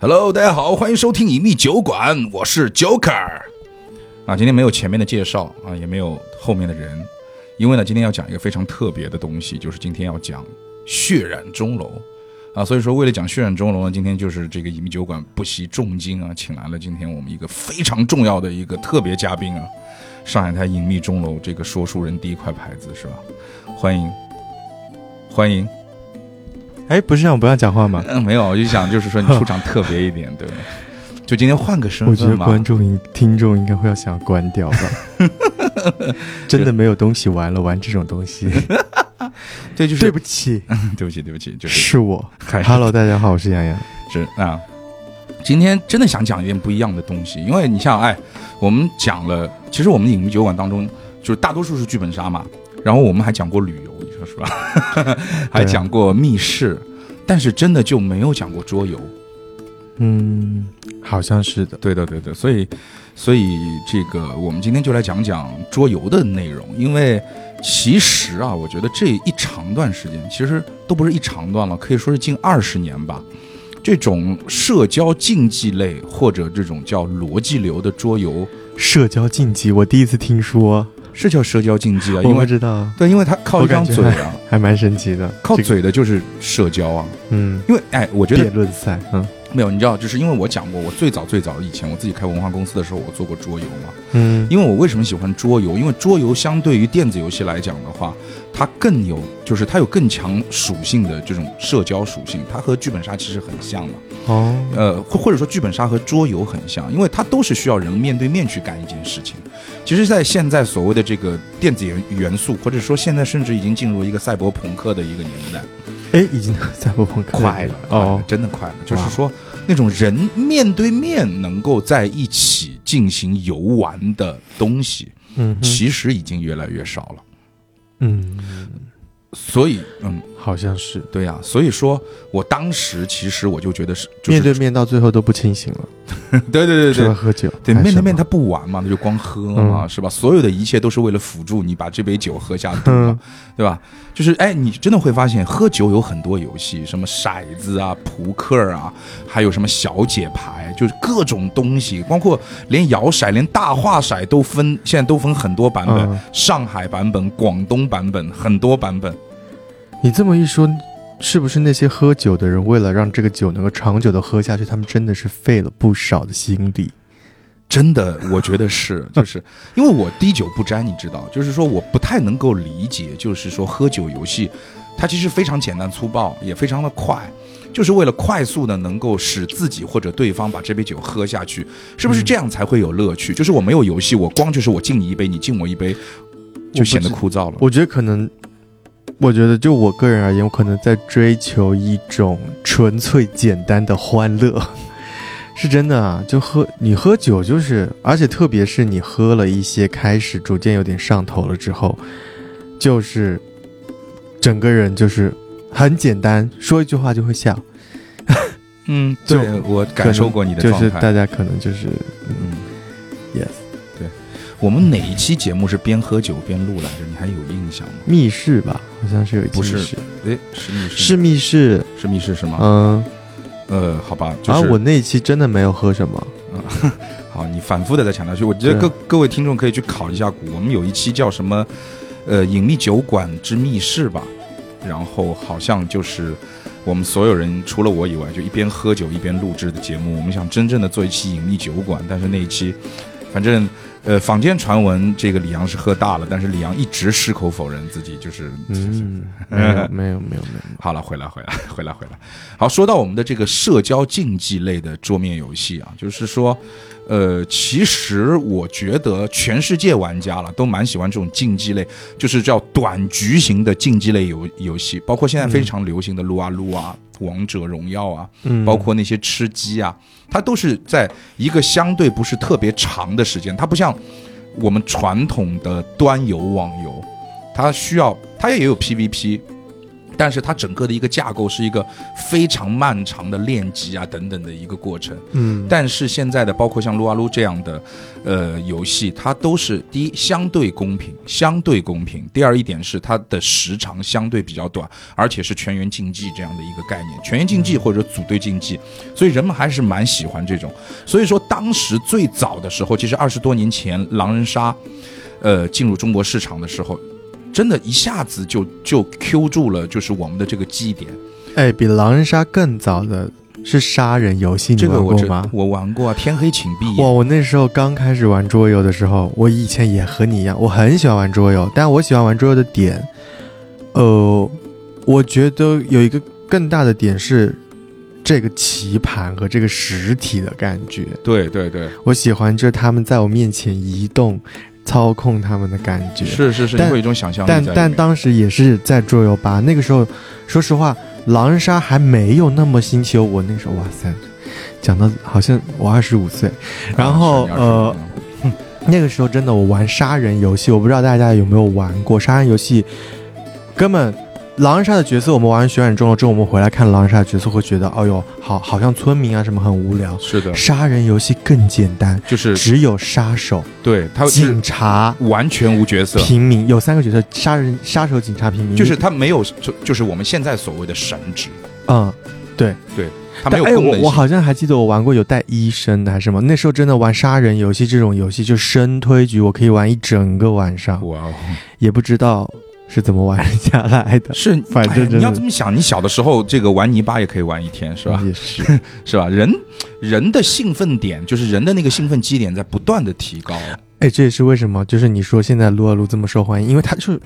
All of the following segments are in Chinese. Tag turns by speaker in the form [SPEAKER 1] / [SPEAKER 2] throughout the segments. [SPEAKER 1] Hello，大家好，欢迎收听隐秘酒馆，我是 Joker。啊，今天没有前面的介绍啊，也没有后面的人，因为呢，今天要讲一个非常特别的东西，就是今天要讲血染钟楼啊，所以说为了讲血染钟楼呢，今天就是这个隐秘酒馆不惜重金啊，请来了今天我们一个非常重要的一个特别嘉宾啊，上海滩隐秘钟楼这个说书人第一块牌子是吧？欢迎，欢迎。
[SPEAKER 2] 哎，不是让我不要讲 话吗？
[SPEAKER 1] 嗯，没有，我就想就是说你出场特别一点，对，就今天换个身
[SPEAKER 2] 我觉
[SPEAKER 1] 份
[SPEAKER 2] 得
[SPEAKER 1] 嘛。
[SPEAKER 2] 观众应听众应该会要想要关掉吧。 真的没有东西玩了，玩这种东西，
[SPEAKER 1] 对，就是
[SPEAKER 2] 对不起，
[SPEAKER 1] 对不起，对不起， 就是
[SPEAKER 2] 是我。
[SPEAKER 1] 还是
[SPEAKER 2] Hello，大家好，我是洋洋。
[SPEAKER 1] 是啊。今天真的想讲一点不一样的东西，因为你像哎，我们讲了，其实我们影迷酒馆当中就是大多数是剧本杀嘛，然后我们还讲过旅游，你说是吧？
[SPEAKER 2] 啊
[SPEAKER 1] 还讲过密室，但是真的就没有讲过桌游。
[SPEAKER 2] 嗯，好像是的。
[SPEAKER 1] 对的，对的，所以，所以这个我们今天就来讲讲桌游的内容，因为其实啊，我觉得这一长段时间，其实都不是一长段了，可以说是近二十年吧。这种社交竞技类或者这种叫逻辑流的桌游，
[SPEAKER 2] 社交竞技，我第一次听说，
[SPEAKER 1] 是叫社交竞技啊，
[SPEAKER 2] 我
[SPEAKER 1] 因
[SPEAKER 2] 不
[SPEAKER 1] 为
[SPEAKER 2] 知道，
[SPEAKER 1] 对，因为它靠一张嘴
[SPEAKER 2] 我
[SPEAKER 1] 啊，
[SPEAKER 2] 还蛮神奇的。
[SPEAKER 1] 靠
[SPEAKER 2] 这个，
[SPEAKER 1] 嘴的就是社交啊。
[SPEAKER 2] 嗯，
[SPEAKER 1] 因为哎，我觉得
[SPEAKER 2] 辩论赛，嗯
[SPEAKER 1] 没有，你知道，就是因为我讲过，我最早最早以前我自己开文化公司的时候，我做过桌游嘛。
[SPEAKER 2] 嗯
[SPEAKER 1] 因为我为什么喜欢桌游？因为桌游相对于电子游戏来讲的话，它更有就是它有更强属性的这种社交属性，它和剧本杀其实很像嘛。
[SPEAKER 2] 哦，
[SPEAKER 1] 呃，或或者说剧本杀和桌游很像，因为它都是需要人面对面去干一件事情。其实，在现在所谓的这个电子元元素，或者说现在甚至已经进入一个赛博朋克的一个年代，
[SPEAKER 2] 哎，已经在播放
[SPEAKER 1] 快了，
[SPEAKER 2] 哦
[SPEAKER 1] 快了，真的快了。就是
[SPEAKER 2] 哇
[SPEAKER 1] 说，那种人面对面能够在一起进行游玩的东西。
[SPEAKER 2] 嗯哼
[SPEAKER 1] 其实已经越来越少了。
[SPEAKER 2] 嗯，
[SPEAKER 1] 所以，嗯，
[SPEAKER 2] 好像是
[SPEAKER 1] 对呀、所以说我当时其实我就觉得是，就是、
[SPEAKER 2] 面对面到最后都不清醒了，
[SPEAKER 1] 对对对
[SPEAKER 2] 除了
[SPEAKER 1] 对
[SPEAKER 2] 喝酒，
[SPEAKER 1] 对，
[SPEAKER 2] 还
[SPEAKER 1] 面对
[SPEAKER 2] 什
[SPEAKER 1] 面
[SPEAKER 2] 么
[SPEAKER 1] 他不玩嘛，他就光喝
[SPEAKER 2] 嗯
[SPEAKER 1] 嘛，是吧？所有的一切都是为了辅助你把这杯酒喝下肚嘛
[SPEAKER 2] 嗯，
[SPEAKER 1] 对吧？就是哎，你真的会发现，喝酒有很多游戏，什么骰子啊、扑克啊，还有什么小姐牌，就是各种东西，包括连摇骰、连大话骰都分，现在都分很多版本，
[SPEAKER 2] 嗯
[SPEAKER 1] 上海版本、广东版本，很多版本。
[SPEAKER 2] 你这么一说，是不是那些喝酒的人为了让这个酒能够长久的喝下去，他们真的是费了不少的心力？
[SPEAKER 1] 真的，我觉得 是，就是因为我滴酒不沾，你知道，就是说我不太能够理解，就是说喝酒游戏，它其实非常简单粗暴，也非常的快，就是为了快速的能够使自己或者对方把这杯酒喝下去，是
[SPEAKER 2] 嗯
[SPEAKER 1] 不是这样才会有乐趣？就是我没有游戏，我光就是我敬你一杯，你敬我一杯，就显得枯燥了。
[SPEAKER 2] 我觉得可能，我觉得就我个人而言，我可能在追求一种纯粹简单的欢乐。 是真的啊，就喝你喝酒就是，而且特别是你喝了一些开始逐渐有点上头了之后，就是整个人就是很简单，说一句话就会笑，
[SPEAKER 1] 嗯，
[SPEAKER 2] 就
[SPEAKER 1] 对我感受过你的
[SPEAKER 2] 就
[SPEAKER 1] 状态。
[SPEAKER 2] 是大家可能就是
[SPEAKER 1] 嗯
[SPEAKER 2] Yes
[SPEAKER 1] 对，我们哪一期节目是边喝酒边录来着？你还有印象吗？
[SPEAKER 2] 密室吧，好像是有一期
[SPEAKER 1] 不是
[SPEAKER 2] 密室
[SPEAKER 1] 哎，是密室
[SPEAKER 2] 是密室，
[SPEAKER 1] 是密室是吗？
[SPEAKER 2] 嗯，
[SPEAKER 1] 呃，好吧，就
[SPEAKER 2] 然后
[SPEAKER 1] 是、
[SPEAKER 2] 啊我那一期真的没有喝什么，
[SPEAKER 1] 好，你反复的在强调，所以我觉得各各位听众可以去考一下古，我们有一期叫什么，呃，隐秘酒馆之密室吧，然后好像就是我们所有人除了我以外，就一边喝酒一边录制的节目，我们想真正的做一期隐秘酒馆，但是那一期，反正。呃，坊间传闻这个李阳是喝大了，但是李阳一直矢口否认自己就是，
[SPEAKER 2] 嗯，没有没有没有没有，
[SPEAKER 1] 好了，回来，回来，回来，回来。好，说到我们的这个社交竞技类的桌面游戏啊，就是说，呃，其实我觉得全世界玩家了都蛮喜欢这种竞技类，就是叫短局型的竞技类游游戏，包括现在非常流行的撸啊撸啊、王者荣耀啊，
[SPEAKER 2] 嗯，
[SPEAKER 1] 包括那些吃鸡啊，它都是在一个相对不是特别长的时间，它不像我们传统的端游网游，它需要它也有 PVP，但是它整个的一个架构是一个非常漫长的练级啊等等的一个过程。
[SPEAKER 2] 嗯，
[SPEAKER 1] 但是现在的包括像撸啊撸这样的，呃，游戏，它都是第一相对公平，相对公平；第二一点是它的时长相对比较短，而且是全员竞技这样的一个概念，全员竞技或者组队竞技，所以人们还是蛮喜欢这种。所以说，当时最早的时候，其实二十多年前狼人杀，呃，进入中国市场的时候。真的，一下子就就 Q 住了，就是我们的这个基点。
[SPEAKER 2] 哎，比狼人杀更早的是杀人游戏，你
[SPEAKER 1] 这个
[SPEAKER 2] 玩
[SPEAKER 1] 我
[SPEAKER 2] 过
[SPEAKER 1] 真
[SPEAKER 2] 吗？
[SPEAKER 1] 我玩过啊，天黑请闭眼。
[SPEAKER 2] 哇，我那时候刚开始玩桌游的时候，我以前也和你一样，我很喜欢玩桌游，但我喜欢玩桌游的点，呃，我觉得有一个更大的点是这个棋盘和这个实体的感觉，
[SPEAKER 1] 对对对，
[SPEAKER 2] 我喜欢就是他们在我面前移动、操控他们的感觉。
[SPEAKER 1] 是是是，你
[SPEAKER 2] 但
[SPEAKER 1] 会有一种想象力在
[SPEAKER 2] 但
[SPEAKER 1] 里面。
[SPEAKER 2] 但当时也是在桌游吧，那个时候，说实话，狼人杀还没有那么新奇哦。我那时候，哇塞，讲的好像我二十五岁，然后
[SPEAKER 1] 啊
[SPEAKER 2] 呃，，那个时候真的我玩杀人游戏，我不知道大家有没有玩过杀人游戏，根本。狼人杀的角色，我们玩完血染钟楼之后，我们回来看狼人杀的角色，会觉得，哎呦，好，好像村民啊什么很无聊。
[SPEAKER 1] 是的是的，
[SPEAKER 2] 杀人游戏更简单，
[SPEAKER 1] 就是
[SPEAKER 2] 只有杀手、
[SPEAKER 1] 对他是
[SPEAKER 2] 警察、
[SPEAKER 1] 完全无角色，
[SPEAKER 2] 平民，有三个角色：杀人、杀手、警察、平民。
[SPEAKER 1] 就是他没有，就就是我们现在所谓的神职，
[SPEAKER 2] 嗯，
[SPEAKER 1] 他没有
[SPEAKER 2] 但哎，
[SPEAKER 1] 功
[SPEAKER 2] 我
[SPEAKER 1] 能性。
[SPEAKER 2] 我好像还记得我玩过有带医生的还是什么，那时候真的玩杀人游戏这种游戏，就深推局，我可以玩一整个晚上，
[SPEAKER 1] 哇 哦，
[SPEAKER 2] 也不知道是怎么玩下来的，
[SPEAKER 1] 是，
[SPEAKER 2] 反正
[SPEAKER 1] 哎呀
[SPEAKER 2] 真的
[SPEAKER 1] 你要这么想，你小的时候这个玩泥巴也可以玩一天，是吧？
[SPEAKER 2] 也是，
[SPEAKER 1] 是吧？人人的兴奋点，就是人的那个兴奋基点在不断的提高，
[SPEAKER 2] 哎，这也是为什么，就是你说现在撸啊撸这么受欢迎，因为它就是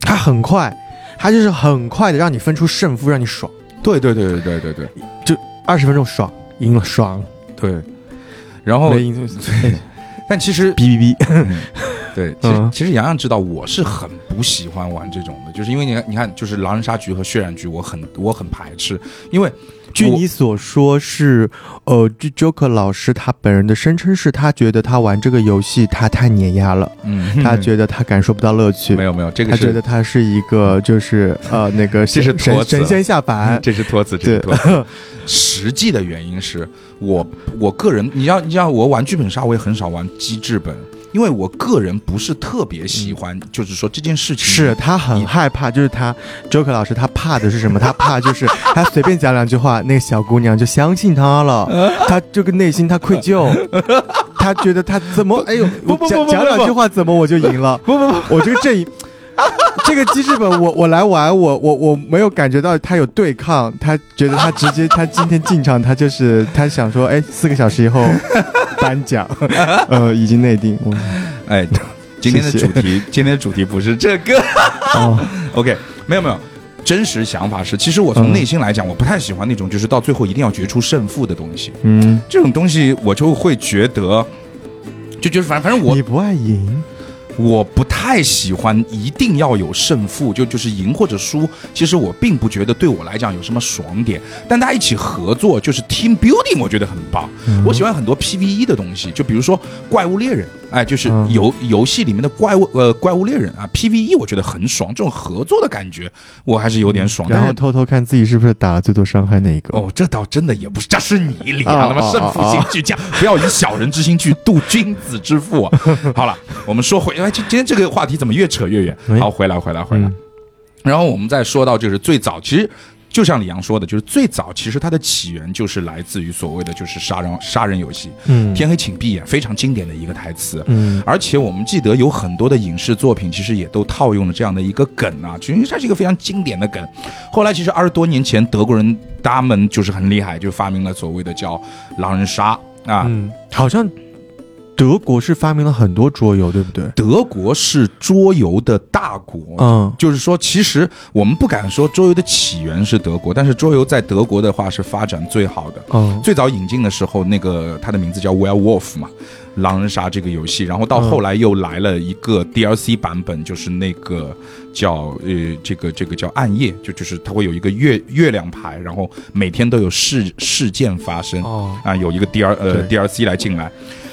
[SPEAKER 2] 它很快，它就是很快的让你分出胜负，让你爽，
[SPEAKER 1] 对对对对对对对
[SPEAKER 2] 二十分钟爽，赢了爽，
[SPEAKER 1] 对。然后
[SPEAKER 2] 没，赢就
[SPEAKER 1] 但其实
[SPEAKER 2] 哔哔哔，
[SPEAKER 1] 对，其实
[SPEAKER 2] 嗯
[SPEAKER 1] 其实洋洋知道我是很不喜欢玩这种的，就是因为你看，你看，就是狼人杀局和血染局，我很我很排斥，因为
[SPEAKER 2] 据
[SPEAKER 1] 我
[SPEAKER 2] 你所说是，呃，J-，Joker 老师他本人的声称是他觉得他玩这个游戏他太碾压了，
[SPEAKER 1] 嗯，
[SPEAKER 2] 他觉得他感受不到乐趣
[SPEAKER 1] 没，有没有，这个
[SPEAKER 2] 他觉
[SPEAKER 1] 是嗯
[SPEAKER 2] 得他是一个就是呃那个
[SPEAKER 1] 这
[SPEAKER 2] 神
[SPEAKER 1] 是托
[SPEAKER 2] 神
[SPEAKER 1] 词
[SPEAKER 2] 神仙下凡，
[SPEAKER 1] 这是托词，这是托词。实际的原因是我我个人，你要你要我玩剧本杀，我也很少玩机制本，因为我个人不是特别喜欢，就是说这件事情
[SPEAKER 2] 嗯是啊他很害怕，就是他 Joker 老师他怕的是什么？他怕就是 他随便讲两句话，那个小姑娘就相信 他了，
[SPEAKER 1] 呃
[SPEAKER 2] 他这个内心他愧疚，他觉得他怎么哎呦，
[SPEAKER 1] 不不
[SPEAKER 2] 我讲
[SPEAKER 1] 不不
[SPEAKER 2] 讲
[SPEAKER 1] 不
[SPEAKER 2] 两句话怎么我就赢了？
[SPEAKER 1] 不不不，
[SPEAKER 2] 我这个阵 营，这个机制本我我来玩，我我我没有感觉到他有对抗，他觉得他直接他今天进场，他就是他想说，哎，四个小时以后颁奖，呃，已经内定，嗯
[SPEAKER 1] 哎，今天的
[SPEAKER 2] 谢谢
[SPEAKER 1] 主题，今天的主题不是这个。
[SPEAKER 2] 哦，
[SPEAKER 1] OK，没有没有，真实想法是，其实我从
[SPEAKER 2] 嗯
[SPEAKER 1] 内心来讲，我不太喜欢那种就是到最后一定要决出胜负的东西。
[SPEAKER 2] 嗯，
[SPEAKER 1] 这种东西我就会觉得，就就是反正反正我
[SPEAKER 2] 你不爱赢，
[SPEAKER 1] 我不太喜欢一定要有胜负，就就是赢或者输。其实我并不觉得对我来讲有什么爽点，但大家一起合作就是 team building，我觉得很棒。
[SPEAKER 2] 嗯
[SPEAKER 1] 我喜欢很多 PVE 的东西，就比如说怪物猎人，哎，就是
[SPEAKER 2] 嗯
[SPEAKER 1] 游、游戏里面的怪物呃怪物猎人啊 PVE，我觉得很爽，这种合作的感觉我还是有点爽。
[SPEAKER 2] 然
[SPEAKER 1] 但
[SPEAKER 2] 后
[SPEAKER 1] 是
[SPEAKER 2] 偷偷看自己哦是不是打了最多伤害那一个。
[SPEAKER 1] 哦，这倒真的也不是，这是你李阳
[SPEAKER 2] 啊
[SPEAKER 1] 他妈
[SPEAKER 2] 啊
[SPEAKER 1] 胜负心俱佳，不要以小人之心去度君子之腹 啊。好了，我们说回，哎，今今天这个话题怎么越扯越远？
[SPEAKER 2] 哎
[SPEAKER 1] 好，回来，回来，回来
[SPEAKER 2] 嗯。，
[SPEAKER 1] 然后我们再说到，就是最早，其实就像李阳说的，就是最早其实它的起源就是来自于所谓的就是杀人杀人游戏，
[SPEAKER 2] 嗯，
[SPEAKER 1] 天黑请闭眼，非常经典的一个台词。
[SPEAKER 2] 嗯，
[SPEAKER 1] 而且我们记得有很多的影视作品，其实也都套用了这样的一个梗啊，其实它是一个非常经典的梗。后来其实二十多年前，德国人他们就是很厉害，就发明了所谓的叫狼人杀啊。
[SPEAKER 2] 嗯，好像德国是发明了很多桌游，对不对？
[SPEAKER 1] 德国是桌游的大国，
[SPEAKER 2] 嗯，
[SPEAKER 1] 就是说，其实我们不敢说桌游的起源是德国，但是桌游在德国的话是发展最好的。
[SPEAKER 2] 哦，
[SPEAKER 1] 最早引进的时候，那个它的名字叫 Werewolf 嘛，狼人杀这个游戏，然后到后来又来了一个 DLC 版本，就是那个叫呃这个这个叫暗夜，就就是它会有一个月月亮牌，然后每天都有事事件发生。
[SPEAKER 2] 哦，
[SPEAKER 1] 啊，有一个 D R 呃
[SPEAKER 2] 对
[SPEAKER 1] D L C 来进来，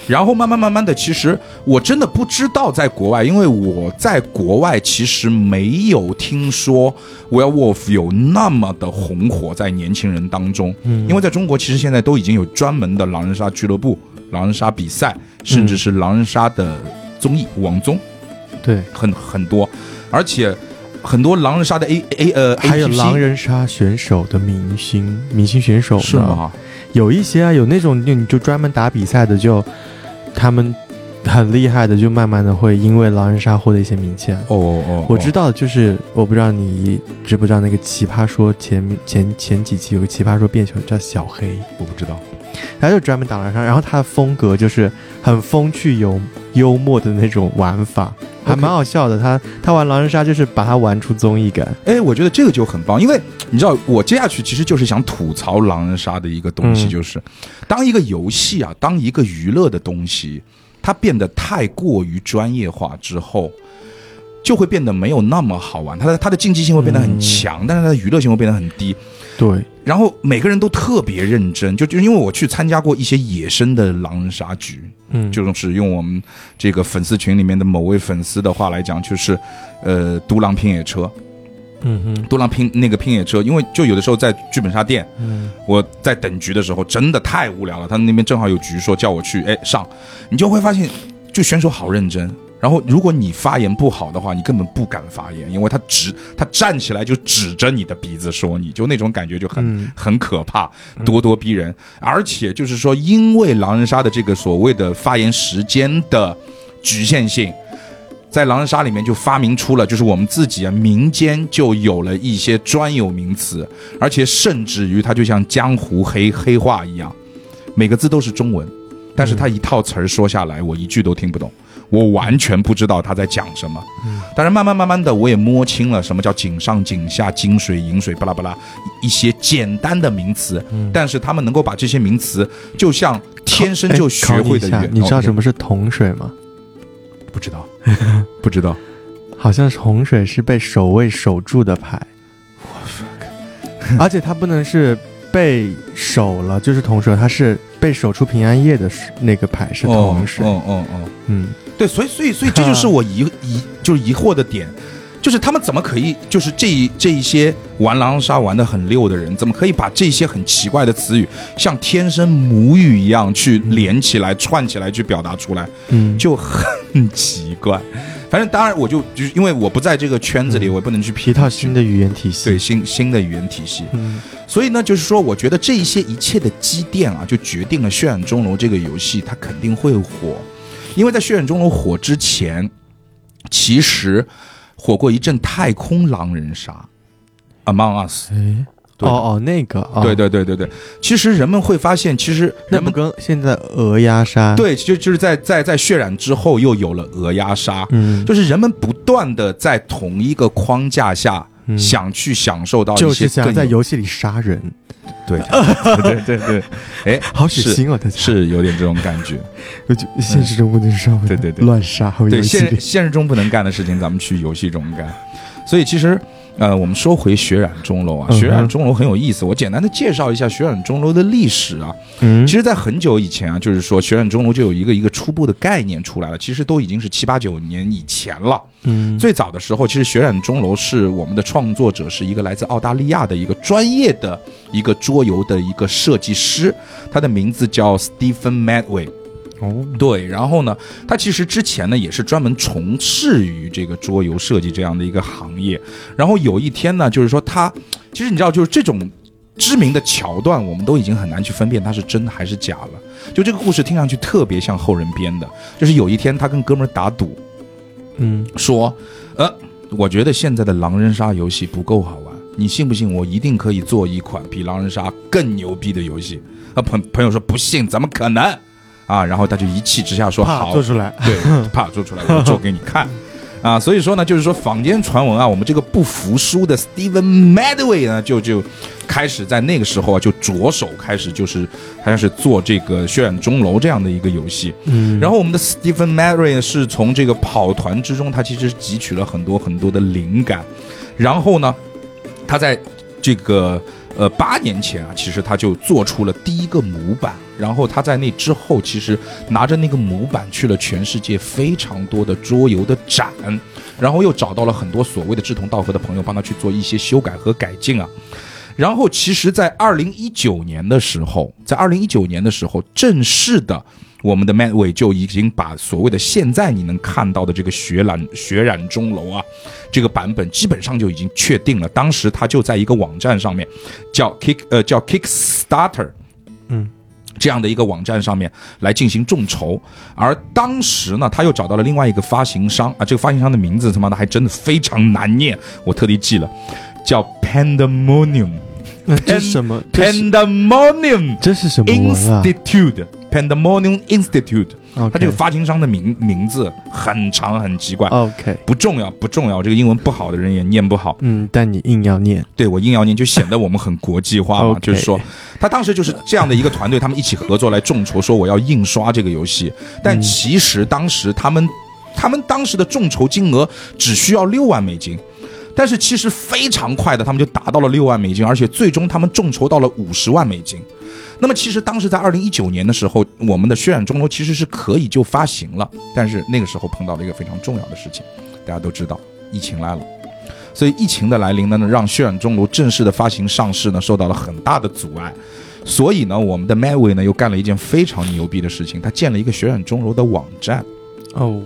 [SPEAKER 1] 然后慢慢慢慢的，其实我真的不知道在国外，因为我在国外其实没有听说 werewolf 有那么的红火在年轻人当中，
[SPEAKER 2] 嗯
[SPEAKER 1] 因为在中国其实现在都已经有专门的狼人杀俱乐部、狼人杀比赛，甚至是狼人杀的综艺网综
[SPEAKER 2] 对，
[SPEAKER 1] 很很多，而且很多狼人杀的 A A 呃 A
[SPEAKER 2] 还有狼
[SPEAKER 1] 人
[SPEAKER 2] 人杀选手的明星，明星选手呢
[SPEAKER 1] 是吗？
[SPEAKER 2] 有一些啊，有那种就你就专门打比赛的就，他们很厉害的，就慢慢的会因为狼人杀获得一些名气啊。
[SPEAKER 1] 哦哦哦，
[SPEAKER 2] 我知道，就是我不知道你知不知道那个奇葩说前前前几期有个奇葩说辩手叫小黑，
[SPEAKER 1] 我不知道。
[SPEAKER 2] 他就专门打狼人杀，然后他的风格就是很风趣有幽默的那种玩法，还
[SPEAKER 1] OK
[SPEAKER 2] 蛮好笑的。他他玩狼人杀就是把他玩出综艺感，
[SPEAKER 1] 哎，我觉得这个就很棒，因为你知道，我接下去其实就是想吐槽狼人杀的一个东西，
[SPEAKER 2] 嗯
[SPEAKER 1] 就是、当一个游戏啊，当一个娱乐的东西，它变得太过于专业化之后，就会变得没有那么好玩。它的它的竞技性会变得很
[SPEAKER 2] 嗯
[SPEAKER 1] 强，但是它的娱乐性会变得很低。
[SPEAKER 2] 对，
[SPEAKER 1] 然后每个人都特别认真，就就因为我去参加过一些野生的狼人杀局，
[SPEAKER 2] 嗯，
[SPEAKER 1] 就是用我们这个粉丝群里面的某位粉丝的话来讲，就是呃，独狼拼野车。
[SPEAKER 2] 嗯哼，
[SPEAKER 1] 多辆拼那个拼野车，因为就有的时候在剧本杀店，
[SPEAKER 2] 嗯，
[SPEAKER 1] 我在等局的时候真的太无聊了，他那边正好有局说叫我去，哎上，你就会发现，就选手好认真。然后，如果你发言不好的话，你根本不敢发言，因为他指他站起来就指着你的鼻子说你，就那种感觉就很、
[SPEAKER 2] 嗯
[SPEAKER 1] 很可怕，咄咄逼人。而且就是说，因为狼人杀的这个所谓的发言时间的局限性，在狼人杀里面就发明出了，就是我们自己啊民间就有了一些专有名词，而且甚至于它就像江湖黑黑话一样，每个字都是中文，但是它一套词儿说下来，我一句都听不懂。我完全不知道他在讲什么，但是慢慢慢慢的，我也摸清了什么叫井上、井下、井水、引水，巴拉巴拉一一些简单的名词，
[SPEAKER 2] 嗯
[SPEAKER 1] 但是他们能够把这些名词，就像天生就
[SPEAKER 2] 哎
[SPEAKER 1] 学会的
[SPEAKER 2] 考你一下
[SPEAKER 1] 语言，
[SPEAKER 2] 你知道什
[SPEAKER 1] 么？
[SPEAKER 2] 么是桶水吗？
[SPEAKER 1] 不知道，不知道。
[SPEAKER 2] 好像是洪水是被守卫守住的牌，而且它不能是被守了，就是同水，它是被守出平安夜的是那个牌 是同水，
[SPEAKER 1] 哦哦哦哦
[SPEAKER 2] 嗯，
[SPEAKER 1] 对，所以所以所以这就是我疑疑就是疑惑的点，就是他们怎么可以就是这一这一些玩狼人杀玩的很溜的人，怎么可以把这些很奇怪的词语像天生母语一样去连起来、串起来去表达出来，
[SPEAKER 2] 嗯，
[SPEAKER 1] 就很奇怪。反正当然我就就是因为我不在这个圈子里，我也不能去批
[SPEAKER 2] 一套新
[SPEAKER 1] 的
[SPEAKER 2] 的语言体系，
[SPEAKER 1] 对新新的语言体系。
[SPEAKER 2] 嗯
[SPEAKER 1] 所以呢，就是说，我觉得这一些一切的积淀啊，就决定了《血染钟楼》这个游戏它肯定会火，因为在《血染钟楼》火之前，其实火过一阵太空狼人杀，Among Us。
[SPEAKER 2] 哎，
[SPEAKER 1] 对的
[SPEAKER 2] 哦哦，那个，哦、
[SPEAKER 1] 对，对对对对，其实人们会发现，其实
[SPEAKER 2] 那
[SPEAKER 1] 人
[SPEAKER 2] 不
[SPEAKER 1] 们
[SPEAKER 2] 跟现在鹅鸭杀，，
[SPEAKER 1] 对，就就是在在在血染之后，又有了鹅鸭杀，
[SPEAKER 2] 嗯，
[SPEAKER 1] 就是人们不断的在同一个框架下
[SPEAKER 2] 嗯
[SPEAKER 1] 想去享受到
[SPEAKER 2] 就
[SPEAKER 1] 一些
[SPEAKER 2] 是想
[SPEAKER 1] 更
[SPEAKER 2] 在
[SPEAKER 1] 有
[SPEAKER 2] 游戏里杀人，
[SPEAKER 1] 对对对对对，哎，
[SPEAKER 2] 好血
[SPEAKER 1] 是
[SPEAKER 2] 腥哦，大家，
[SPEAKER 1] 是有点这种感觉。
[SPEAKER 2] 我就现实中不能杀，
[SPEAKER 1] 对对对
[SPEAKER 2] 乱杀，好
[SPEAKER 1] 对
[SPEAKER 2] 游戏
[SPEAKER 1] 现
[SPEAKER 2] 里，
[SPEAKER 1] 现实中不能干的事情，咱们去游戏中干。所以其实，呃，我们说回血染钟楼啊，
[SPEAKER 2] 嗯哼
[SPEAKER 1] 血染钟楼很有意思。我简单的介绍一下血染钟楼的历史啊。
[SPEAKER 2] 嗯
[SPEAKER 1] 其，实，在很久以前啊，就是说血染钟楼就有一个一个初步的概念出来了，其实都已经是七八九年以前了。
[SPEAKER 2] 嗯，
[SPEAKER 1] 最早的时候，其实血染钟楼是我们的创作者是一个来自澳大利亚的一个专业的一个桌游的一个设计师，他的名字叫 Stephen Medway。
[SPEAKER 2] 哦，
[SPEAKER 1] 对，然后呢，他其实之前呢也是专门从事于这个桌游设计这样的一个行业。然后有一天呢，就是说他，其实你知道，就是这种知名的桥段，我们都已经很难去分辨它是真的还是假了。就这个故事听上去特别像后人编的，就是有一天他跟哥们儿打赌，
[SPEAKER 2] 嗯，
[SPEAKER 1] 说，呃，我觉得现在的狼人杀游戏不够好玩，你信不信我一定可以做一款比狼人杀更牛逼的游戏？啊，朋朋友说不信，怎么可能？啊，然后他就一气之下说
[SPEAKER 2] 怕
[SPEAKER 1] 好啊
[SPEAKER 2] 做，出来，
[SPEAKER 1] 对，怕做出来，我做给你看。啊，所以说呢，就是说坊间传闻啊，我们这个不服输的 Steven Medway 呢，就就开始在那个时候啊，就着手开始就是好像是做这个《血染钟楼》这样的一个游戏。
[SPEAKER 2] 嗯，
[SPEAKER 1] 然后我们的 Stephen Mary 是从这个跑团之中，他其实汲取了很多很多的灵感，然后呢，他在这个呃，八年前啊，其实他就做出了第一个模板，然后他在那之后，其实拿着那个模板去了全世界非常多的桌游的展，然后又找到了很多所谓的志同道合的朋友帮他去做一些修改和改进啊。然后，其实，在二零一九年的时候，在二零一九年的时候，正式的我们的 Man 伟就已经把所谓的现在你能看到的这个血染血染钟楼啊，这个版本基本上就已经确定了。当时他就在一个网站上面，叫 Kick 呃叫 Kickstarter，
[SPEAKER 2] 嗯，
[SPEAKER 1] 这样的一个网站上面来进行众筹。而当时呢，他又找到了另外一个发行商啊，这个发行商的名字他妈的还真的非常难念，我特地记了，叫 Pandemonium。
[SPEAKER 2] 那这是什么？这是
[SPEAKER 1] Pandemonium
[SPEAKER 2] 这是什么文啊
[SPEAKER 1] Institute Pandemonium Institute，它这个
[SPEAKER 2] ？OK
[SPEAKER 1] 发行商的名名字很长很奇怪，
[SPEAKER 2] OK，
[SPEAKER 1] 不重要不重要，这个英文不好的人也念不好。
[SPEAKER 2] 嗯，但你硬要念，
[SPEAKER 1] 对我硬要念，就显得我们很国际化嘛。
[SPEAKER 2] OK
[SPEAKER 1] 就是说，他当时就是这样的一个团队，他们一起合作来众筹，说我要印刷这个游戏。但其实当时他们，他们当时的众筹金额只需要六万美金。但是其实非常快的，他们就达到了六万美金，而且最终他们众筹到了五十万美金。那么其实当时在二零一九年的时候，我们的血染钟楼其实是可以就发行了，但是那个时候碰到了一个非常重要的事情，大家都知道，疫情来了。所以疫情的来临呢，让血染钟楼正式的发行上市呢受到了很大的阻碍。所以呢，我们的 Mavi 呢又干了一件非常牛逼的事情，他建了一个血染钟楼的网站，
[SPEAKER 2] 哦，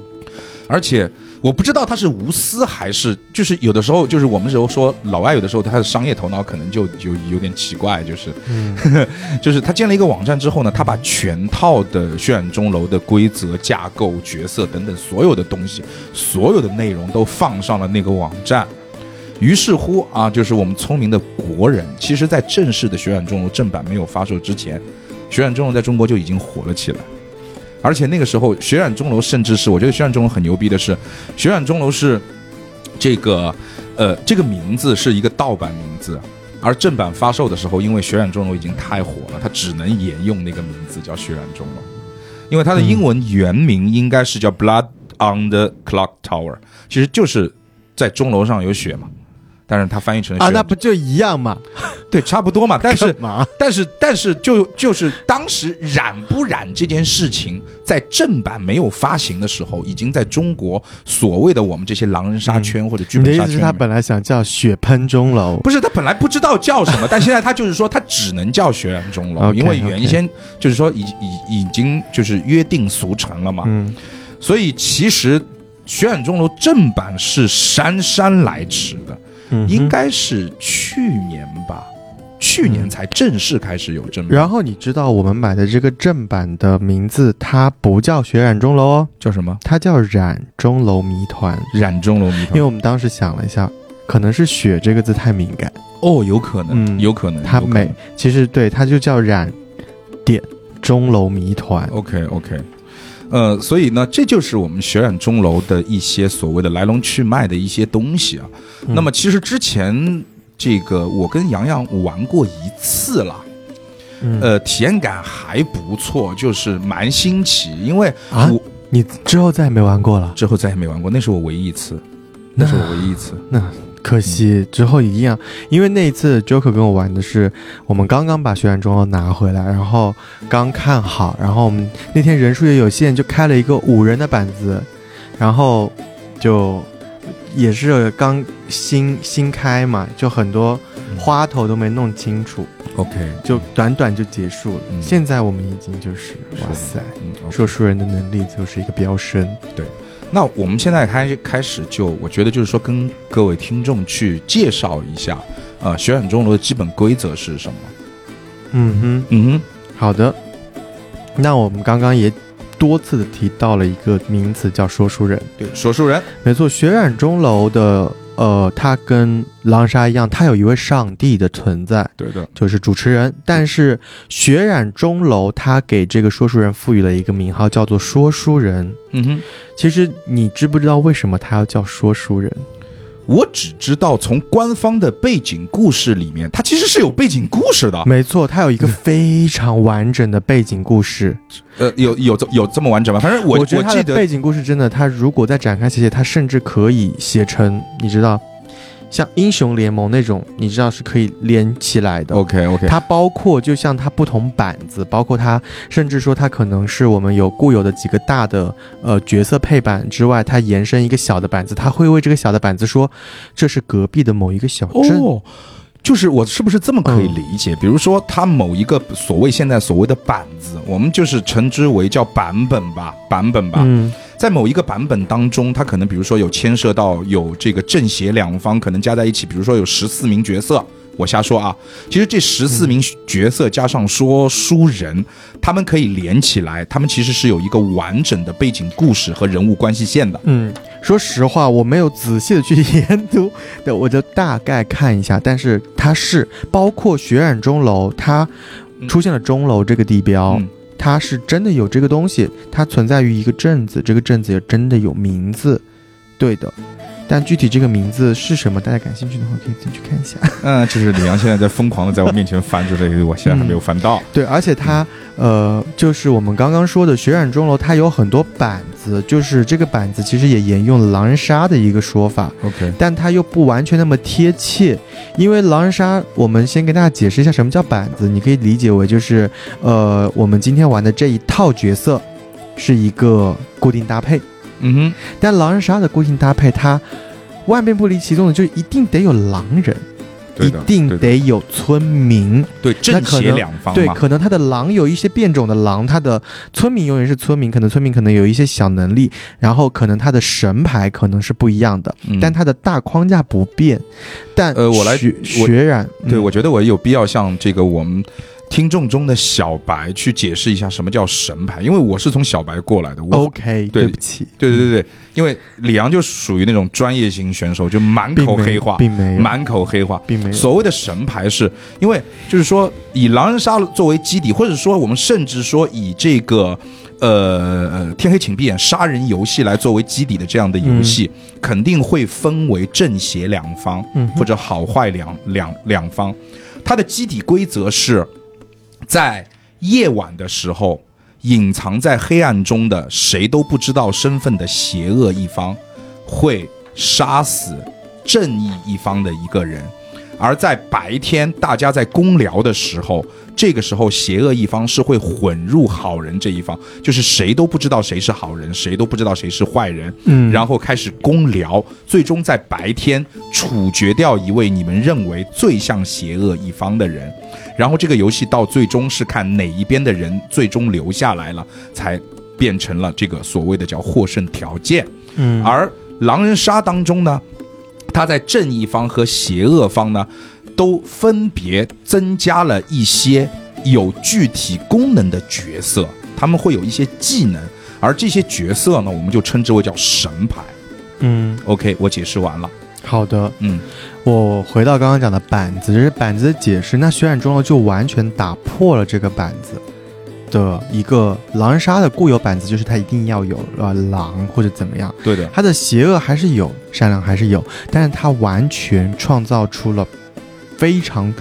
[SPEAKER 1] 而且我不知道他是无私还是就是有的时候就是我们时候说老外有的时候他的商业头脑可能就有有点奇怪，就是
[SPEAKER 2] 嗯，
[SPEAKER 1] 就是他建了一个网站之后呢，他把全套的血染钟楼的规则、架构、角色等等所有的东西、所有的内容都放上了那个网站。于是乎啊，就是我们聪明的国人，其实，在正式的血染钟楼正版没有发售之前，血染钟楼在中国就已经火了起来。而且那个时候，血染钟楼甚至是我觉得血染钟楼很牛逼的是，血染钟楼是这个呃这个名字是一个盗版名字，而正版发售的时候，因为《血染钟楼》已经太火了，它只能沿用那个名字叫《血染钟楼》，因为它的英文原名应该是叫《Blood on the Clock Tower》，其实就是在钟楼上有血嘛，但是它翻译成了
[SPEAKER 2] 啊，
[SPEAKER 1] 血
[SPEAKER 2] 那
[SPEAKER 1] 染
[SPEAKER 2] 不就一样嘛？
[SPEAKER 1] 对差不多嘛，但是
[SPEAKER 2] 干嘛？
[SPEAKER 1] 但是但是就就是当时染不染这件事情，在正版没有发行的时候，已经在中国所谓的我们这些狼人杀圈或者剧
[SPEAKER 2] 你的
[SPEAKER 1] 本
[SPEAKER 2] 意
[SPEAKER 1] 杀
[SPEAKER 2] 思
[SPEAKER 1] 圈
[SPEAKER 2] 是
[SPEAKER 1] 里
[SPEAKER 2] 他
[SPEAKER 1] 面。
[SPEAKER 2] 本来想叫血喷钟楼？
[SPEAKER 1] 不是，他本来不知道叫什 么，但现在他就是说，他只能叫血染钟楼，
[SPEAKER 2] OK，
[SPEAKER 1] 因为原先就是说已已已经就是约定俗成了嘛。
[SPEAKER 2] 嗯，
[SPEAKER 1] 所以其实血染钟楼正版是姗姗来迟的，
[SPEAKER 2] 嗯哼
[SPEAKER 1] 应该是去年吧，去年才正式开始有正版。
[SPEAKER 2] 嗯然后你知道我们买的这个正版的名字，它不叫血染钟楼哦，
[SPEAKER 1] 叫什么？
[SPEAKER 2] 它叫染钟楼谜团。
[SPEAKER 1] 染钟楼谜
[SPEAKER 2] 因为
[SPEAKER 1] 团？
[SPEAKER 2] 我们当时想了一下，可能是“血”这个字太敏感，
[SPEAKER 1] 哦，有可能，
[SPEAKER 2] 嗯
[SPEAKER 1] 有可能，
[SPEAKER 2] 它
[SPEAKER 1] 有可
[SPEAKER 2] 每
[SPEAKER 1] 能。
[SPEAKER 2] 其实对它就叫染点钟楼谜团。
[SPEAKER 1] OK OK，呃，所以呢，这就是我们血染钟楼的一些所谓的来龙去脉的一些东西啊。
[SPEAKER 2] 嗯
[SPEAKER 1] 那么其实之前这个我跟洋洋玩过一次了，
[SPEAKER 2] 嗯
[SPEAKER 1] 呃，体验感还不错，就是蛮新奇，因为
[SPEAKER 2] 啊
[SPEAKER 1] 我，
[SPEAKER 2] 你之后再也没玩过了，
[SPEAKER 1] 之后再也没玩过，那是我唯一一次，那是我唯一一次。
[SPEAKER 2] 可惜之后一样，因为那一次 Joker 跟我玩的是我们刚刚把血染钟楼拿回来，然后刚看好，然后我们那天人数也有限，就开了一个五人的板子，然后就也是刚新新开嘛，就很多花头都没弄清楚，
[SPEAKER 1] 嗯 OK，
[SPEAKER 2] 就短短就结束了。
[SPEAKER 1] 嗯
[SPEAKER 2] 现在我们已经就是
[SPEAKER 1] 是
[SPEAKER 2] 哇塞，
[SPEAKER 1] 嗯，OK，
[SPEAKER 2] 说书人的能力就是一个飙升，
[SPEAKER 1] 那我们现在开开始就，我觉得就是说跟各位听众去介绍一下，呃，血染钟楼的基本规则是什么？
[SPEAKER 2] 嗯哼。
[SPEAKER 1] 嗯
[SPEAKER 2] 好的，那我们刚刚也多次的提到了一个名词叫说书人
[SPEAKER 1] 哼，，对，说书人，
[SPEAKER 2] 没错，血染钟楼的呃，他跟狼人杀一样，他有一位上帝的存在，
[SPEAKER 1] 对的，
[SPEAKER 2] 就是主持人。但是血染钟楼他给这个说书人赋予了一个名号，叫做说书人。
[SPEAKER 1] 嗯哼。
[SPEAKER 2] 其实你知不知道为什么他要叫说书人？
[SPEAKER 1] 我只知道从官方的背景故事里面，它其实是有背景故事的。
[SPEAKER 2] 没错，他有一个非常完整的背景故事。
[SPEAKER 1] 呃，有有这有这么完整吗？反正我
[SPEAKER 2] 我觉得他
[SPEAKER 1] 记
[SPEAKER 2] 的
[SPEAKER 1] 得
[SPEAKER 2] 背景故事真的，他如果再展开写写，他甚至可以写成，你知道，像英雄联盟那种，你知道是可以连起来的。
[SPEAKER 1] OK OK，
[SPEAKER 2] 它包括就像它不同板子，包括它甚至说它可能是我们有固有的几个大的呃角色配板之外，它延伸一个小的板子，它会为这个小的板子说这是隔壁的某一个小镇。
[SPEAKER 1] 哦，就是我是不是这么可以理解？比如说，它某一个所谓现在所谓的板子，我们就是称之为叫版本吧，版本吧。
[SPEAKER 2] 嗯，
[SPEAKER 1] 在某一个版本当中，它可能比如说有牵涉到有这个正邪两方可能加在一起，比如说有十四名角色，我瞎说啊。其实这十四名角色加上说书人，他们可以连起来，他们其实是有一个完整的背景故事和人物关系线的。
[SPEAKER 2] 嗯，说实话，我没有仔细的去研读，对，我就大概看一下。但是它是包括血染钟楼，它出现了钟楼这个地标，
[SPEAKER 1] 嗯
[SPEAKER 2] 它是真的有这个东西，它存在于一个镇子，这个镇子也真的有名字，对的。但具体这个名字是什么，大家感兴趣的话可以进去看一下。
[SPEAKER 1] 嗯，就是李阳现在在疯狂的在我面前翻着这个，我现在还没有翻到。
[SPEAKER 2] 对，而且它，呃，就是我们刚刚说的血染钟楼，它有很多板子，就是这个板子其实也沿用了狼人杀的一个说法，
[SPEAKER 1] OK，
[SPEAKER 2] 但它又不完全那么贴切，因为狼人杀，我们先跟大家解释一下什么叫板子，你可以理解为就是，呃，我们今天玩的这一套角色是一个固定搭配，
[SPEAKER 1] 嗯哼。
[SPEAKER 2] 但狼人杀的固定搭配它万变不离其宗的，就是一定得有狼人，
[SPEAKER 1] 对
[SPEAKER 2] 一
[SPEAKER 1] 的
[SPEAKER 2] 定
[SPEAKER 1] 对的
[SPEAKER 2] 得有村民，
[SPEAKER 1] 对正
[SPEAKER 2] 可
[SPEAKER 1] 邪
[SPEAKER 2] 能
[SPEAKER 1] 两方
[SPEAKER 2] 对，
[SPEAKER 1] 嘛，
[SPEAKER 2] 可能它的狼有一些变种的狼，它的村民永远是村民，可能村民可能有一些小能力，然后可能它的神牌可能是不一样的。
[SPEAKER 1] 嗯
[SPEAKER 2] 但它的大框架不变。但
[SPEAKER 1] 呃我来
[SPEAKER 2] 血
[SPEAKER 1] 我
[SPEAKER 2] 血染，
[SPEAKER 1] 对
[SPEAKER 2] 嗯
[SPEAKER 1] 我觉得我有必要向这个我们听众中的小白去解释一下什么叫神牌，因为我是从小白过来的。我
[SPEAKER 2] OK，
[SPEAKER 1] 对
[SPEAKER 2] 对不起，
[SPEAKER 1] 对对对对，因为李阳就属于那种专业型选手，就满
[SPEAKER 2] 并
[SPEAKER 1] 口
[SPEAKER 2] 没
[SPEAKER 1] 黑
[SPEAKER 2] 有
[SPEAKER 1] 话，
[SPEAKER 2] 并没有，
[SPEAKER 1] 满口黑话。
[SPEAKER 2] 并没有。
[SPEAKER 1] 所谓的神牌是，因为就是说以狼人杀作为基底，或者说我们甚至说以这个呃呃天黑请闭眼杀人游戏来作为基底的这样的游戏，肯定会分为正邪两方。
[SPEAKER 2] 嗯
[SPEAKER 1] 或者好坏两两两方，它的基底规则是在夜晚的时候，隐藏在黑暗中的谁都不知道身份的邪恶一方，会杀死正义一方的一个人。而在白天，大家在公聊的时候，这个时候邪恶一方是会混入好人这一方，就是谁都不知道谁是好人，谁都不知道谁是坏人，
[SPEAKER 2] 嗯
[SPEAKER 1] 然后开始公聊，最终在白天处决掉一位你们认为最像邪恶一方的人，然后这个游戏到最终是看哪一边的人最终留下来了，才变成了这个所谓的叫获胜条件。
[SPEAKER 2] 嗯
[SPEAKER 1] 而狼人杀当中呢，它在正义方和邪恶方呢，都分别增加了一些有具体功能的角色，他们会有一些技能，而这些角色呢，我们就称之为叫神牌。
[SPEAKER 2] 嗯，
[SPEAKER 1] OK，我解释完了。
[SPEAKER 2] 好的，
[SPEAKER 1] 嗯，
[SPEAKER 2] 我回到刚刚讲的板子，这是板子的解释。那血染钟楼就完全打破了这个板子的一个狼人杀的固有板子，就是它一定要有呃狼或者怎么样。
[SPEAKER 1] 对的，
[SPEAKER 2] 它的邪恶还是有，善良还是有，但是它完全创造出了非常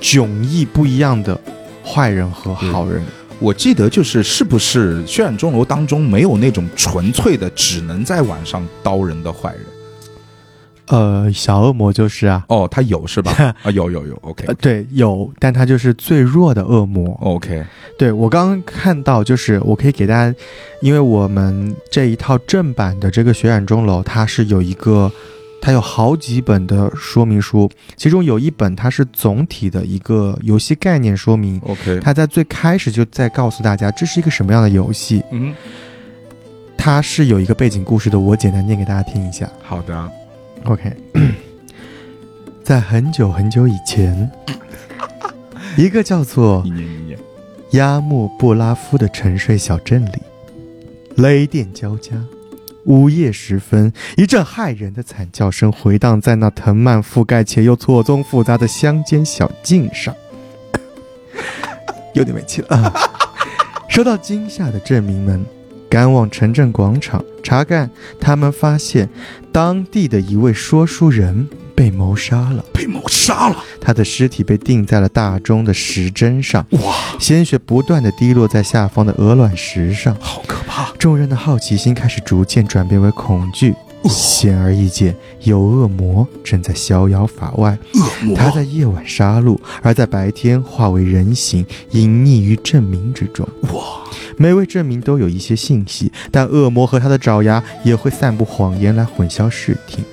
[SPEAKER 2] 迥异不一样的坏人和好人。
[SPEAKER 1] 我记得就是是不是《血染钟楼》当中没有那种纯粹的只能在晚上刀人的坏人？
[SPEAKER 2] 呃，小恶魔就是啊，
[SPEAKER 1] 哦，他有是吧？ 啊，有有有。OK
[SPEAKER 2] 呃，对，有，但他就是最弱的恶魔。
[SPEAKER 1] OK，
[SPEAKER 2] 对我刚刚看到，就是我可以给大家，因为我们这一套正版的这个《血染钟楼》，它是有一个，它有好几本的说明书，其中有一本它是总体的一个游戏概念说明，
[SPEAKER 1] OK，
[SPEAKER 2] 他在最开始就在告诉大家这是一个什么样的游戏，
[SPEAKER 1] 嗯，
[SPEAKER 2] 它是有一个背景故事的。我简单念给大家听一下。
[SPEAKER 1] 好的，啊
[SPEAKER 2] OK，在很久很久以前，一个叫做
[SPEAKER 1] 一年一年。
[SPEAKER 2] 亚木布拉夫的沉睡小镇里，雷电交加。午夜时分，一阵骇人的惨叫声回荡在那藤蔓覆盖且又错综复杂的乡间小径上。 有点没气了。 啊！受到惊吓的镇民们赶往城镇广场查看，他们发现当地的一位说书人被谋杀了。
[SPEAKER 1] 被谋杀了。
[SPEAKER 2] 他的尸体被钉在了大钟的时针上，哇！鲜血不断的滴落在下方的鹅卵石上。
[SPEAKER 1] 好可怕！
[SPEAKER 2] 众人的好奇心开始逐渐转变为恐惧，显而易见，有恶魔正在逍遥法外。
[SPEAKER 1] 恶魔
[SPEAKER 2] 他在夜晚杀戮，而在白天化为人形，隐匿于阵民之中。
[SPEAKER 1] 哇！
[SPEAKER 2] 每位阵民都有一些信息，但恶魔和他的爪牙也会散布谎言来混淆视听，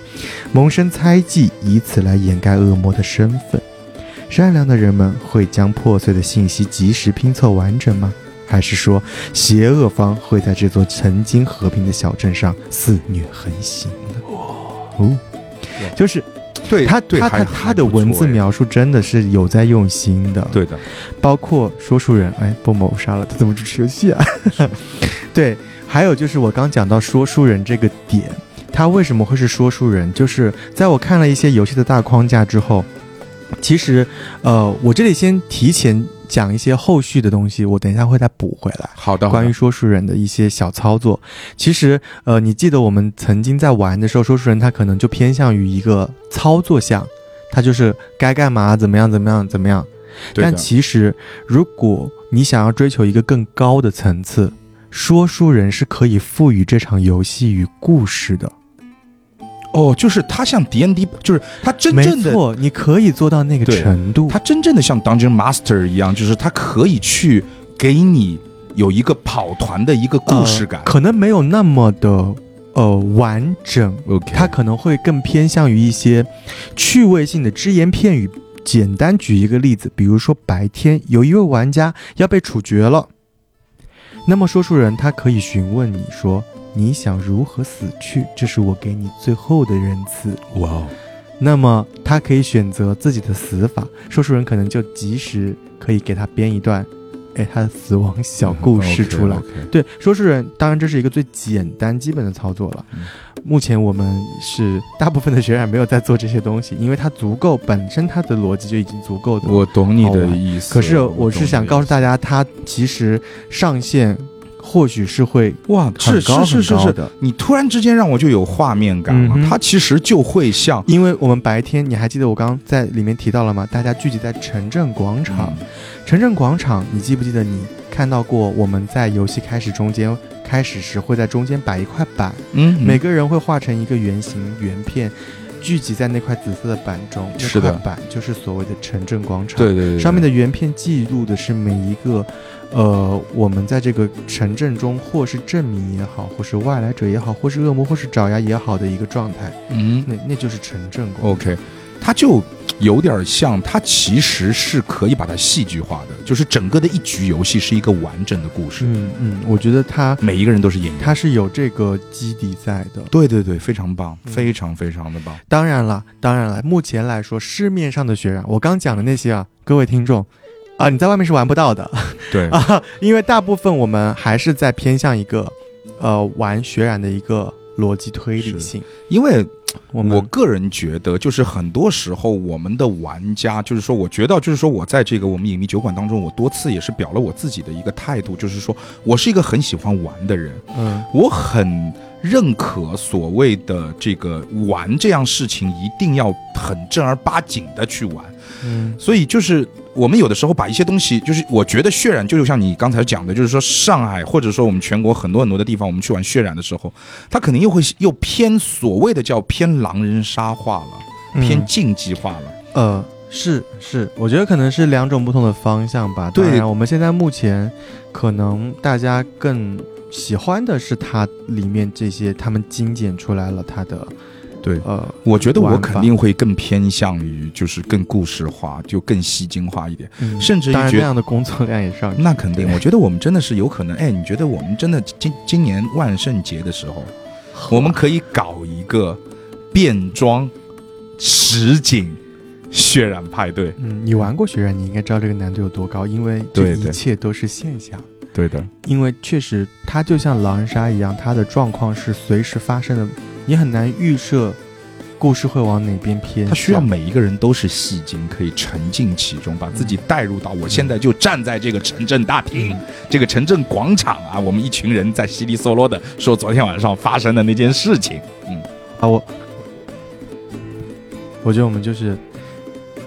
[SPEAKER 2] 萌生猜忌，以此来掩盖恶魔的身份。善良的人们会将破碎的信息及时拼凑完整吗？还是说，邪恶方会在这座曾经和平的小镇上肆虐横行呢？哦，就是
[SPEAKER 1] 对
[SPEAKER 2] 他
[SPEAKER 1] 对
[SPEAKER 2] 他
[SPEAKER 1] 还
[SPEAKER 2] 他
[SPEAKER 1] 还
[SPEAKER 2] 他的
[SPEAKER 1] 不错
[SPEAKER 2] 文字
[SPEAKER 1] 哎
[SPEAKER 2] 描述真的是有在用心的，
[SPEAKER 1] 对的，
[SPEAKER 2] 包括说书人，哎，不谋杀了，他怎么主持游戏啊？ 对，还有就是我刚讲到说书人这个点，他为什么会是说书人？就是在我看了一些游戏的大框架之后，其实，呃，我这里先提前讲一些后续的东西，我等一下会再补回来。
[SPEAKER 1] 好的，
[SPEAKER 2] 关于
[SPEAKER 1] 好的
[SPEAKER 2] 说书人的一些小操作，其实呃，你记得我们曾经在玩的时候，说书人他可能就偏向于一个操作项，他就是该干嘛怎么样怎么样怎么样。
[SPEAKER 1] 对
[SPEAKER 2] 但
[SPEAKER 1] 的
[SPEAKER 2] 其实，如果你想要追求一个更高的层次，说书人是可以赋予这场游戏与故事的。
[SPEAKER 1] 哦，就是他像 D N D，就是他真
[SPEAKER 2] 没
[SPEAKER 1] 正的
[SPEAKER 2] 错，你可以做到那个
[SPEAKER 1] 对
[SPEAKER 2] 程度。
[SPEAKER 1] 他真正的像 Dungeon Master 一样，就是他可以去给你有一个跑团的一个故事感
[SPEAKER 2] 呃。可能没有那么的呃完整，
[SPEAKER 1] OK，
[SPEAKER 2] 它可能会更偏向于一些趣味性的只言片语。简单举一个例子，比如说白天有一位玩家要被处决了，那么说书人他可以询问你说你想如何死去，这是我给你最后的仁慈。
[SPEAKER 1] 哇哦，
[SPEAKER 2] 那么他可以选择自己的死法，说书人可能就及时可以给他编一段，哎，他的死亡小故事出 来。
[SPEAKER 1] OK，OK
[SPEAKER 2] 对，说书人当然这是一个最简单基本的操作了。
[SPEAKER 1] 嗯
[SPEAKER 2] 目前我们是大部分的学员没有在做这些东西，因为它足够本身它的逻辑就已经足够的。
[SPEAKER 1] 我懂你
[SPEAKER 2] 好
[SPEAKER 1] 的
[SPEAKER 2] 玩
[SPEAKER 1] 意思。
[SPEAKER 2] 可是我是想告诉大
[SPEAKER 1] 家，
[SPEAKER 2] 家，它其实上限或许是会
[SPEAKER 1] 哇，是
[SPEAKER 2] 很高
[SPEAKER 1] 是是
[SPEAKER 2] 很
[SPEAKER 1] 是
[SPEAKER 2] 高
[SPEAKER 1] 是，
[SPEAKER 2] 的，
[SPEAKER 1] 你突然之间让我就有画面感
[SPEAKER 2] 嗯
[SPEAKER 1] 了。
[SPEAKER 2] 哼嗯
[SPEAKER 1] 他其实就会像
[SPEAKER 2] 因为我们白天你还记得我刚刚在里面提到了吗？大家聚集在城镇广场，
[SPEAKER 1] 嗯
[SPEAKER 2] 城镇广场，你记不记得你看到过我们在游戏开始中间开始时会在中间摆一块板，
[SPEAKER 1] 嗯，
[SPEAKER 2] 每
[SPEAKER 1] 嗯
[SPEAKER 2] 个人会画成一个圆形圆片，聚集在那块紫色的板中。
[SPEAKER 1] 是的
[SPEAKER 2] 那块板就是所谓的城镇广场。
[SPEAKER 1] 对对对，
[SPEAKER 2] 上面
[SPEAKER 1] 的
[SPEAKER 2] 的圆片记录的是每一个，呃，我们在这个城镇中，或是镇民也好，或是外来者也好，或是恶魔，或是爪牙也好的一个状态。
[SPEAKER 1] 嗯
[SPEAKER 2] 那那就是城镇广场。
[SPEAKER 1] OK，他就有点像，他其实是可以把它戏剧化的，就是整个的一局游戏是一个完整的故事，
[SPEAKER 2] 嗯嗯，我觉得它
[SPEAKER 1] 每一个人都是演员。
[SPEAKER 2] 它是有这个基底在的。
[SPEAKER 1] 对对对，非常棒，
[SPEAKER 2] 嗯
[SPEAKER 1] 非常非常的棒。
[SPEAKER 2] 当然了，当然了，目前来说，市面上的血染，我刚讲的那些啊，各位听众啊，你在外面是玩不到的。
[SPEAKER 1] 对，
[SPEAKER 2] 啊， 因为大部分我们还是在偏向一个，呃，玩血染的一个逻辑推理性。
[SPEAKER 1] 因为
[SPEAKER 2] 我
[SPEAKER 1] 我
[SPEAKER 2] 们
[SPEAKER 1] 个人觉得，就是很多时候我们的玩家，就是说，我觉得，就是说我在这个我们影迷酒馆当中，我多次也是表了我自己的一个态度，就是说我是一个很喜欢玩的人，
[SPEAKER 2] 嗯
[SPEAKER 1] 我很认可所谓的这个玩这样事情一定要很正儿八经的去玩。
[SPEAKER 2] 嗯
[SPEAKER 1] 所以就是我们有的时候把一些东西，就是我觉得血染，就像你刚才讲的，就是说上海或者说我们全国很多很多的地方，我们去玩血染的时候，它肯定又会又偏所谓的叫偏狼人杀化了，偏
[SPEAKER 2] 嗯
[SPEAKER 1] 竞技化了。
[SPEAKER 2] 呃是是，我觉得可能是两种不同的方向吧。
[SPEAKER 1] 对
[SPEAKER 2] 当然我们现在目前可能大家更喜欢的是它里面这些，他们精简出来了它的
[SPEAKER 1] 对
[SPEAKER 2] 呃
[SPEAKER 1] 我觉得我
[SPEAKER 2] 玩法
[SPEAKER 1] 肯定会更偏向于就是更故事化，就更戏精化一点。
[SPEAKER 2] 嗯
[SPEAKER 1] 甚至于
[SPEAKER 2] 当然
[SPEAKER 1] 觉
[SPEAKER 2] 那
[SPEAKER 1] 得
[SPEAKER 2] 样的工作量也上去。
[SPEAKER 1] 那肯定，
[SPEAKER 2] 对
[SPEAKER 1] 我觉得我们真的是有可能。哎，你觉得我们真的今今年万圣节的时候，我们可以搞一个变装实景血染派对？
[SPEAKER 2] 嗯，你玩过血染，你应该知道这个难度有多高，因为这
[SPEAKER 1] 对
[SPEAKER 2] 一
[SPEAKER 1] 对
[SPEAKER 2] 切都是现象。
[SPEAKER 1] 对的，
[SPEAKER 2] 因为确实，它就像狼人杀一样，它的状况是随时发生的，你很难预设故事会往哪边偏向。
[SPEAKER 1] 他需要每一个人都是戏精，可以沉浸其中，把自己带入到我现在就站在这个城镇大厅、这个城镇广场啊，我们一群人在稀里嗦啰的说昨天晚上发生的那件事情。嗯，
[SPEAKER 2] 啊，我我觉得我们就是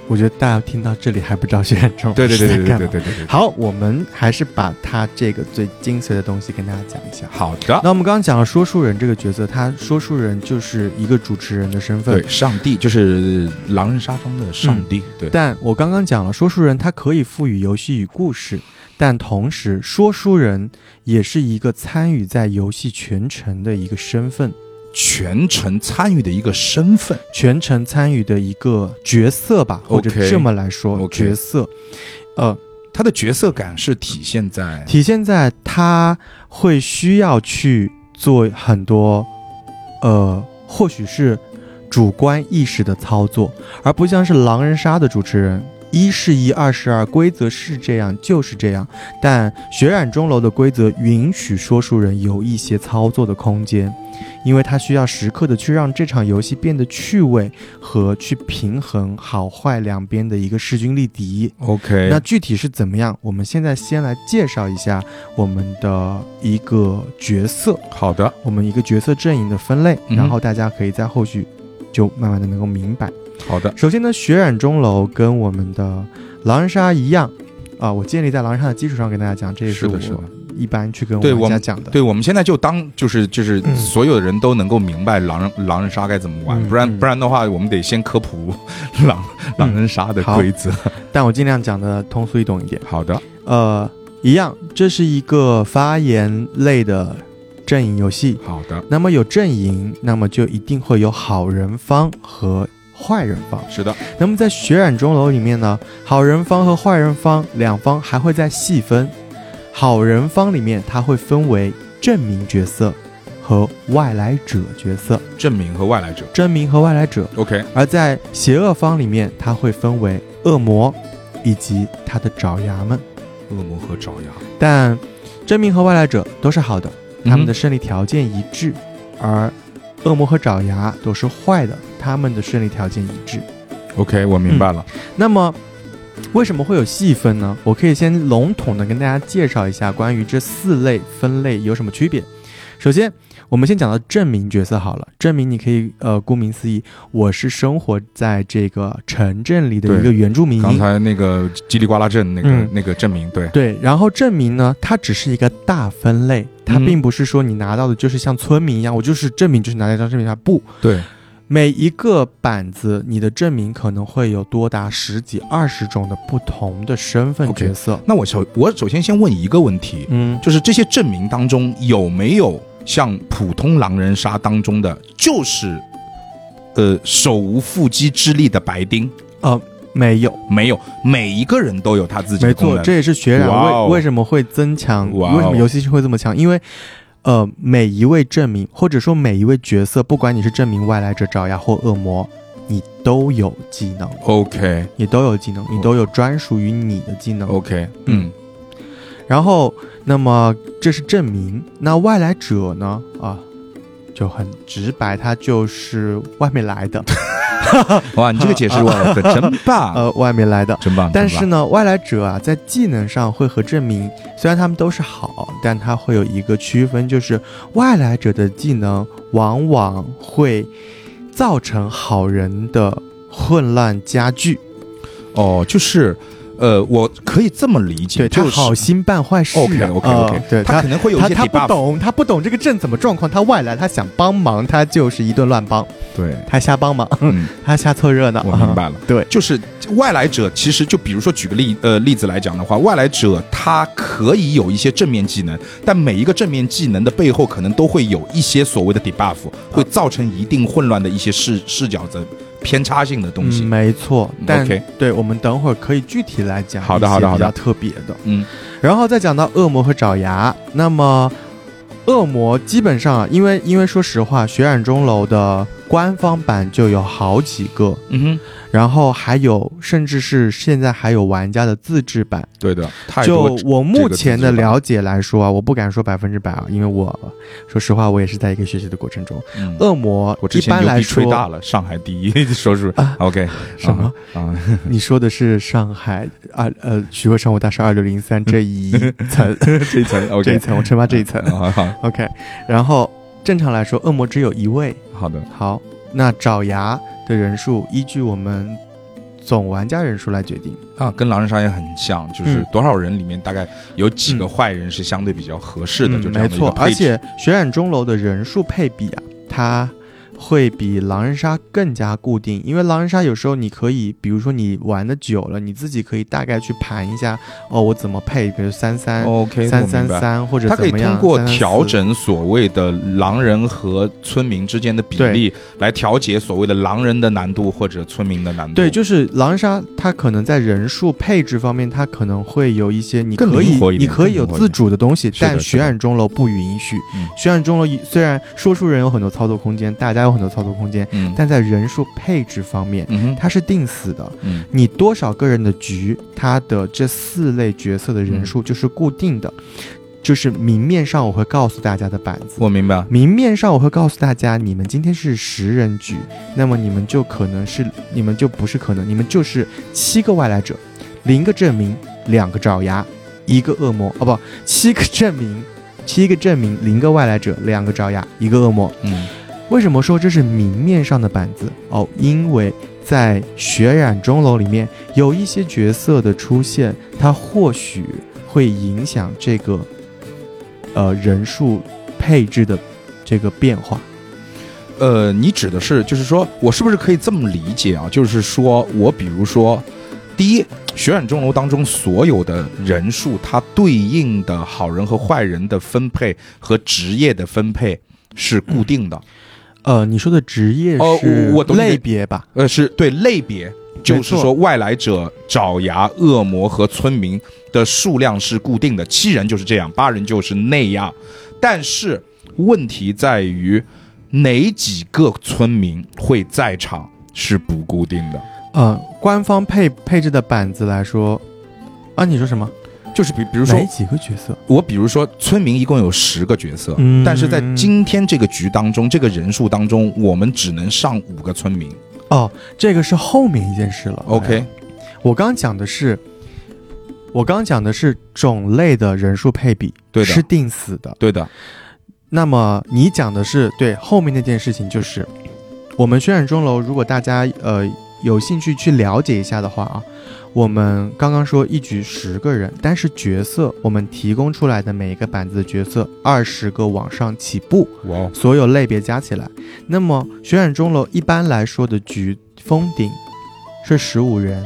[SPEAKER 2] 我觉得大家听到这里还不知道 血染中
[SPEAKER 1] 对对对对对对
[SPEAKER 2] 对。
[SPEAKER 1] 对对对。
[SPEAKER 2] 好，我们还是把它这个最精髓的东西跟大家讲一下。
[SPEAKER 1] 好的，
[SPEAKER 2] 那我们刚刚讲了说书人这个角色，他说书人就是一个主持人的身份
[SPEAKER 1] 对，，上帝就是狼人杀中的上帝，嗯对，
[SPEAKER 2] 但我刚刚讲了，说书人他可以赋予游戏与故事，但同时说书人也是一个参与在游戏全程的一个身份，
[SPEAKER 1] 全程参与的一个身份。
[SPEAKER 2] 全程参与的一个角色吧，或者
[SPEAKER 1] OK，
[SPEAKER 2] 这么来说
[SPEAKER 1] OK
[SPEAKER 2] 角色，呃，
[SPEAKER 1] 他的角色感是体现在
[SPEAKER 2] 体现在他会需要去做很多，呃，或许是主观意识的操作，而不像是狼人杀的主持人。一是一，二是二，规则是这样，就是这样。但血染钟楼的规则允许说书人有一些操作的空间，因为他需要时刻的去让这场游戏变得趣味和去平衡好坏两边的一个势均力敌。
[SPEAKER 1] OK，
[SPEAKER 2] 那具体是怎么样？我们现在先来介绍一下我们的一个角色，
[SPEAKER 1] 好的，
[SPEAKER 2] 我们一个角色阵营的分类，
[SPEAKER 1] 嗯哼
[SPEAKER 2] 然后大家可以在后续就慢慢的能够明白。
[SPEAKER 1] 好的，
[SPEAKER 2] 首先呢，血染钟楼跟我们的狼人杀一样。啊，我建立在狼人杀的基础上跟大家讲，这也
[SPEAKER 1] 是
[SPEAKER 2] 我
[SPEAKER 1] 的，是的。
[SPEAKER 2] 一般去跟
[SPEAKER 1] 对我
[SPEAKER 2] 玩家
[SPEAKER 1] 们
[SPEAKER 2] 讲的。
[SPEAKER 1] 对，我们现在就当就是就是
[SPEAKER 2] 嗯
[SPEAKER 1] 所有人都能够明白狼人狼人杀该怎么玩，
[SPEAKER 2] 嗯
[SPEAKER 1] 不然
[SPEAKER 2] 嗯
[SPEAKER 1] 不然的话，我们得先科普狼狼人杀的
[SPEAKER 2] 好
[SPEAKER 1] 规则。
[SPEAKER 2] 但我尽量讲的通俗易懂一点。
[SPEAKER 1] 好的，
[SPEAKER 2] 呃，一样，这是一个发言类的阵营游戏，
[SPEAKER 1] 好的，
[SPEAKER 2] 那么有阵营，那么就一定会有好人方和坏人方。
[SPEAKER 1] 是的，
[SPEAKER 2] 那么在血染钟楼里面呢，好人方和坏人方两方还会再细分。好人方里面，它会分为证明角色和外来者角色，
[SPEAKER 1] 证明和外来者。
[SPEAKER 2] 证明和外来者；
[SPEAKER 1] OK，
[SPEAKER 2] 而在邪恶方里面，它会分为恶魔以及他的爪牙们。
[SPEAKER 1] 恶魔和爪牙，
[SPEAKER 2] 但真名和外来者都是好的，他们的
[SPEAKER 1] 嗯
[SPEAKER 2] 胜利条件一致，而恶魔和爪牙都是坏的，他们的胜利条件一致。
[SPEAKER 1] OK，我明白了。
[SPEAKER 2] 那么，为什么会有细分呢？我可以先笼统的跟大家介绍一下关于这四类分类有什么区别。首先，我们先讲到证明角色好了。证明你可以，呃，顾名思义，我是生活在这个城镇里的
[SPEAKER 1] 对
[SPEAKER 2] 一个原住民。
[SPEAKER 1] 刚才那个叽里呱啦镇那个、
[SPEAKER 2] 嗯
[SPEAKER 1] 那个证明，对，
[SPEAKER 2] 对，然后证明呢，它只是一个大分类，它
[SPEAKER 1] 嗯
[SPEAKER 2] 并不是说你拿到的就是像村民一样，我就是证明就是拿到一张证明卡，不，
[SPEAKER 1] 对，
[SPEAKER 2] 每一个板子你的证明可能会有多达十几、二十种的不同的身份
[SPEAKER 1] OK
[SPEAKER 2] 角色。
[SPEAKER 1] 那我首我首先先问一个问题，
[SPEAKER 2] 嗯，
[SPEAKER 1] 就是这些证明当中有没有像普通狼人杀当中的，就是呃手无缚鸡之力的白丁？
[SPEAKER 2] 呃，没有，
[SPEAKER 1] 没有，每一个人都有他自己
[SPEAKER 2] 没
[SPEAKER 1] 的功
[SPEAKER 2] 错，
[SPEAKER 1] 能。
[SPEAKER 2] 这也是血染
[SPEAKER 1] 哇哦
[SPEAKER 2] 为为什么会增强，
[SPEAKER 1] 哇哦
[SPEAKER 2] 为什么游戏性会这么强？因为呃，每一位证明或者说每一位角色，不管你是证明外来者、爪牙或恶魔，你都有技能。
[SPEAKER 1] OK
[SPEAKER 2] 你都有技能，你都有专属于你的技能。
[SPEAKER 1] OK，嗯，
[SPEAKER 2] 然后，那么这是证明。那外来者呢？啊，就很直白，他就是外面来的，
[SPEAKER 1] 哇，你这个解释哇，真棒，
[SPEAKER 2] 呃，外面来的。
[SPEAKER 1] 真棒。
[SPEAKER 2] 但
[SPEAKER 1] 真
[SPEAKER 2] 是
[SPEAKER 1] 棒
[SPEAKER 2] 呢，外来者啊，在技能上会和证明，虽然他们都是好，但它会有一个区分，就是外来者的技能往往会造成好人的混乱加剧，
[SPEAKER 1] 哦，就是呃，我可以这么理解，
[SPEAKER 2] 对他
[SPEAKER 1] 就是
[SPEAKER 2] 好心办坏事啊、
[SPEAKER 1] OK，OK，OK，
[SPEAKER 2] 呃对
[SPEAKER 1] 他可能会有一
[SPEAKER 2] 他
[SPEAKER 1] 些
[SPEAKER 2] 他不
[SPEAKER 1] debuff，
[SPEAKER 2] 懂，他不懂这个镇怎么状况，他外来，他想帮忙，他就是一顿乱帮，
[SPEAKER 1] 对，
[SPEAKER 2] 他瞎帮忙，
[SPEAKER 1] 嗯，
[SPEAKER 2] 他瞎凑热闹。
[SPEAKER 1] 我明白了。
[SPEAKER 2] 啊对，
[SPEAKER 1] 就是外来者，其实就比如说举个例呃例子来讲的话，外来者他可以有一些正面技能，但每一个正面技能的背后可能都会有一些所谓的 debuff，会造成一定混乱的一些视视角的偏差性的东
[SPEAKER 2] 嗯，
[SPEAKER 1] 西。
[SPEAKER 2] 没错
[SPEAKER 1] 嗯。
[SPEAKER 2] 但
[SPEAKER 1] OK
[SPEAKER 2] 对我们等会儿可以具体来讲，
[SPEAKER 1] 好的好的好
[SPEAKER 2] 比
[SPEAKER 1] 的
[SPEAKER 2] 较特别的。
[SPEAKER 1] 嗯，
[SPEAKER 2] 然后再讲到恶魔和爪牙，那么恶魔基本上啊，因为因为说实话，血染钟楼的官方版就有好几个，
[SPEAKER 1] 嗯哼，
[SPEAKER 2] 然后还有甚至是现在还有玩家的自制版。
[SPEAKER 1] 对的，太多
[SPEAKER 2] 就我目前的
[SPEAKER 1] 这个自制版
[SPEAKER 2] 了解来说啊，我不敢说百分之百啊，因为我说实话，我也是在一个学习的过程中。
[SPEAKER 1] 嗯
[SPEAKER 2] 恶魔
[SPEAKER 1] 我之
[SPEAKER 2] 一
[SPEAKER 1] 前
[SPEAKER 2] 般
[SPEAKER 1] 牛
[SPEAKER 2] 来
[SPEAKER 1] 逼吹大
[SPEAKER 2] 说，
[SPEAKER 1] 了，啊上海第一， 说是
[SPEAKER 2] 啊
[SPEAKER 1] OK
[SPEAKER 2] 什 么？
[SPEAKER 1] 啊？
[SPEAKER 2] 你说的是上海二呃徐汇商务大厦二六零 三这一层，
[SPEAKER 1] 这一层 OK，啊
[SPEAKER 2] 这一层我称霸这一层。
[SPEAKER 1] 好好
[SPEAKER 2] OK，然后正常来说，恶魔只有一位。
[SPEAKER 1] 好的，
[SPEAKER 2] 好，那爪牙的人数依据我们总玩家人数来决定。
[SPEAKER 1] 啊，跟狼人杀也很像，就是
[SPEAKER 2] 嗯
[SPEAKER 1] 多少人里面大概有几个
[SPEAKER 2] 嗯
[SPEAKER 1] 坏人是相对比较合适的，
[SPEAKER 2] 嗯
[SPEAKER 1] 就这
[SPEAKER 2] 没
[SPEAKER 1] 样的一个
[SPEAKER 2] 错，而
[SPEAKER 1] 配置
[SPEAKER 2] 且血染钟楼的人数配比啊，它会比狼人杀更加固定，因为狼人杀有时候你可以，比如说你玩的久了，你自己可以大概去盘一下，哦，我怎么配，比如三三、
[SPEAKER 1] OK，
[SPEAKER 2] 三
[SPEAKER 1] 哦我明
[SPEAKER 2] 三
[SPEAKER 1] 白。
[SPEAKER 2] 三或者
[SPEAKER 1] 它
[SPEAKER 2] 怎
[SPEAKER 1] 可以
[SPEAKER 2] 么样，
[SPEAKER 1] 通过
[SPEAKER 2] 333
[SPEAKER 1] 调整所谓的狼人和村民之间的比例，来调节所谓的狼人的难度或者村民的难度。
[SPEAKER 2] 对，就是狼人杀，它可能在人数配置方面，它可能会有一些你
[SPEAKER 1] 更
[SPEAKER 2] 可以
[SPEAKER 1] 灵活一
[SPEAKER 2] 你
[SPEAKER 1] 点
[SPEAKER 2] 可以
[SPEAKER 1] 更
[SPEAKER 2] 有
[SPEAKER 1] 灵活一
[SPEAKER 2] 自
[SPEAKER 1] 点
[SPEAKER 2] 主的东西，
[SPEAKER 1] 是的
[SPEAKER 2] 但
[SPEAKER 1] 是
[SPEAKER 2] 血
[SPEAKER 1] 的
[SPEAKER 2] 染钟楼不允许
[SPEAKER 1] 嗯。
[SPEAKER 2] 血染钟楼虽然说书人有很多操作空间，大家有很多操作空间，
[SPEAKER 1] 嗯，
[SPEAKER 2] 但在人数配置方面，
[SPEAKER 1] 嗯哼，
[SPEAKER 2] 它是定死的。
[SPEAKER 1] 嗯
[SPEAKER 2] 你多少个人的局，它的这四类角色的人数就是固定的，就是明面上我会告诉大家的板子。
[SPEAKER 1] 我明白。
[SPEAKER 2] 明面上我会告诉大家，你们今天是十人局，那么你们就可能是，你们就不是可能，你们就是七个外来者，零个证明，两个爪牙，一个恶魔，哦不，七个证明，七个证明，零个外来者，两个爪牙，一个恶魔，
[SPEAKER 1] 嗯，
[SPEAKER 2] 为什么说这是明面上的板子？哦，因为在血染钟楼里面有一些角色的出现，它或许会影响这个呃人数配置的这个变化。
[SPEAKER 1] 呃，你指的是，就是说我是不是可以这么理解啊？就是说我比如说，第一，血染钟楼当中所有的人数，它对应的好人和坏人的分配和职业的分配是固定的，
[SPEAKER 2] 呃，你说的职业
[SPEAKER 1] 哦
[SPEAKER 2] 是
[SPEAKER 1] 我我懂你的
[SPEAKER 2] 类别吧？
[SPEAKER 1] 呃，是对类别，就是说外来者、爪牙、恶魔和村民的数量是固定的，七人就是这样，八人就是那样。但是问题在于，哪几个村民会在场是不固定的。
[SPEAKER 2] 呃，官方配配置的板子来说，啊，你说什么？
[SPEAKER 1] 就是比比如说
[SPEAKER 2] 哪，几个角色？
[SPEAKER 1] 我比如说村民一共有十个角色，
[SPEAKER 2] 嗯
[SPEAKER 1] 但是在今天这个局当中，这个人数当中，我们只能上五个村民。
[SPEAKER 2] 哦，这个是后面一件事了。
[SPEAKER 1] OK，、
[SPEAKER 2] 我刚讲的是，我刚讲的是种类的人数配比，
[SPEAKER 1] 对的
[SPEAKER 2] 是定死的。
[SPEAKER 1] 对的，
[SPEAKER 2] 那么你讲的是对后面那件事情，就是我们渲染钟楼，如果大家呃有兴趣去了解一下的话啊，我们刚刚说一局十个人，但是角色我们提供出来的每一个板子的角色二十个往上起步，
[SPEAKER 1] 哇哦，
[SPEAKER 2] 所有类别加起来。那么血染钟楼一般来说的局封顶是十五人，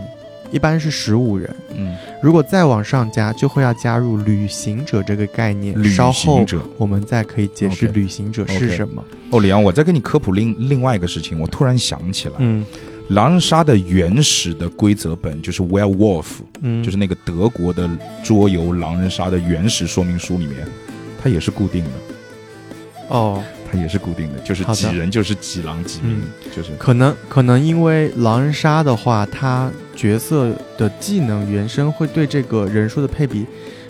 [SPEAKER 2] 一般是十五人。
[SPEAKER 1] 嗯，
[SPEAKER 2] 如果再往上加，就会要加入旅行者这个概念。
[SPEAKER 1] 旅
[SPEAKER 2] 嗯稍后
[SPEAKER 1] 行者。
[SPEAKER 2] 我们再可以解释
[SPEAKER 1] OK
[SPEAKER 2] 旅行者是什么。
[SPEAKER 1] 哦，李阳，我再跟你科普另另外一个事情，我突然想起来，
[SPEAKER 2] 嗯
[SPEAKER 1] 狼人杀的原始的规则本就是 Werewolf，
[SPEAKER 2] 嗯
[SPEAKER 1] 就是那个德国的桌游狼人杀的原始说明书里面，它也是固定的，
[SPEAKER 2] 哦，
[SPEAKER 1] 它也是固定的，就是
[SPEAKER 2] 好的
[SPEAKER 1] 几人就是几狼几民
[SPEAKER 2] 嗯，
[SPEAKER 1] 就是
[SPEAKER 2] 可能可能因为狼人杀的话，它角色的技能原生会对这个人数的配比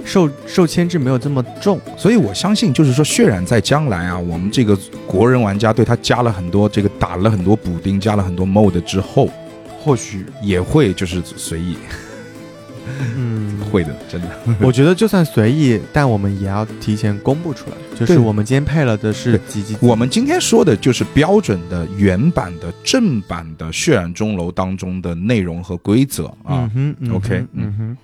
[SPEAKER 2] 受受牵制没有这么重。
[SPEAKER 1] 所以我相信，就是说，血染在将来啊，我们这个国人玩家对它加了很多这个打了很多补丁，加了很多 mod 之后，
[SPEAKER 2] 或许，
[SPEAKER 1] 也会就是随意
[SPEAKER 2] 嗯，
[SPEAKER 1] 会的，真的。
[SPEAKER 2] 我觉得就算随意，但我们也要提前公布出来，就是
[SPEAKER 1] 对
[SPEAKER 2] 我们今天配了的是
[SPEAKER 1] 对
[SPEAKER 2] 几几几。
[SPEAKER 1] 我们今天说的就是标准的原版的正版的《血染钟楼》当中的内容和规则啊。
[SPEAKER 2] 嗯哼嗯哼
[SPEAKER 1] OK，
[SPEAKER 2] 嗯哼，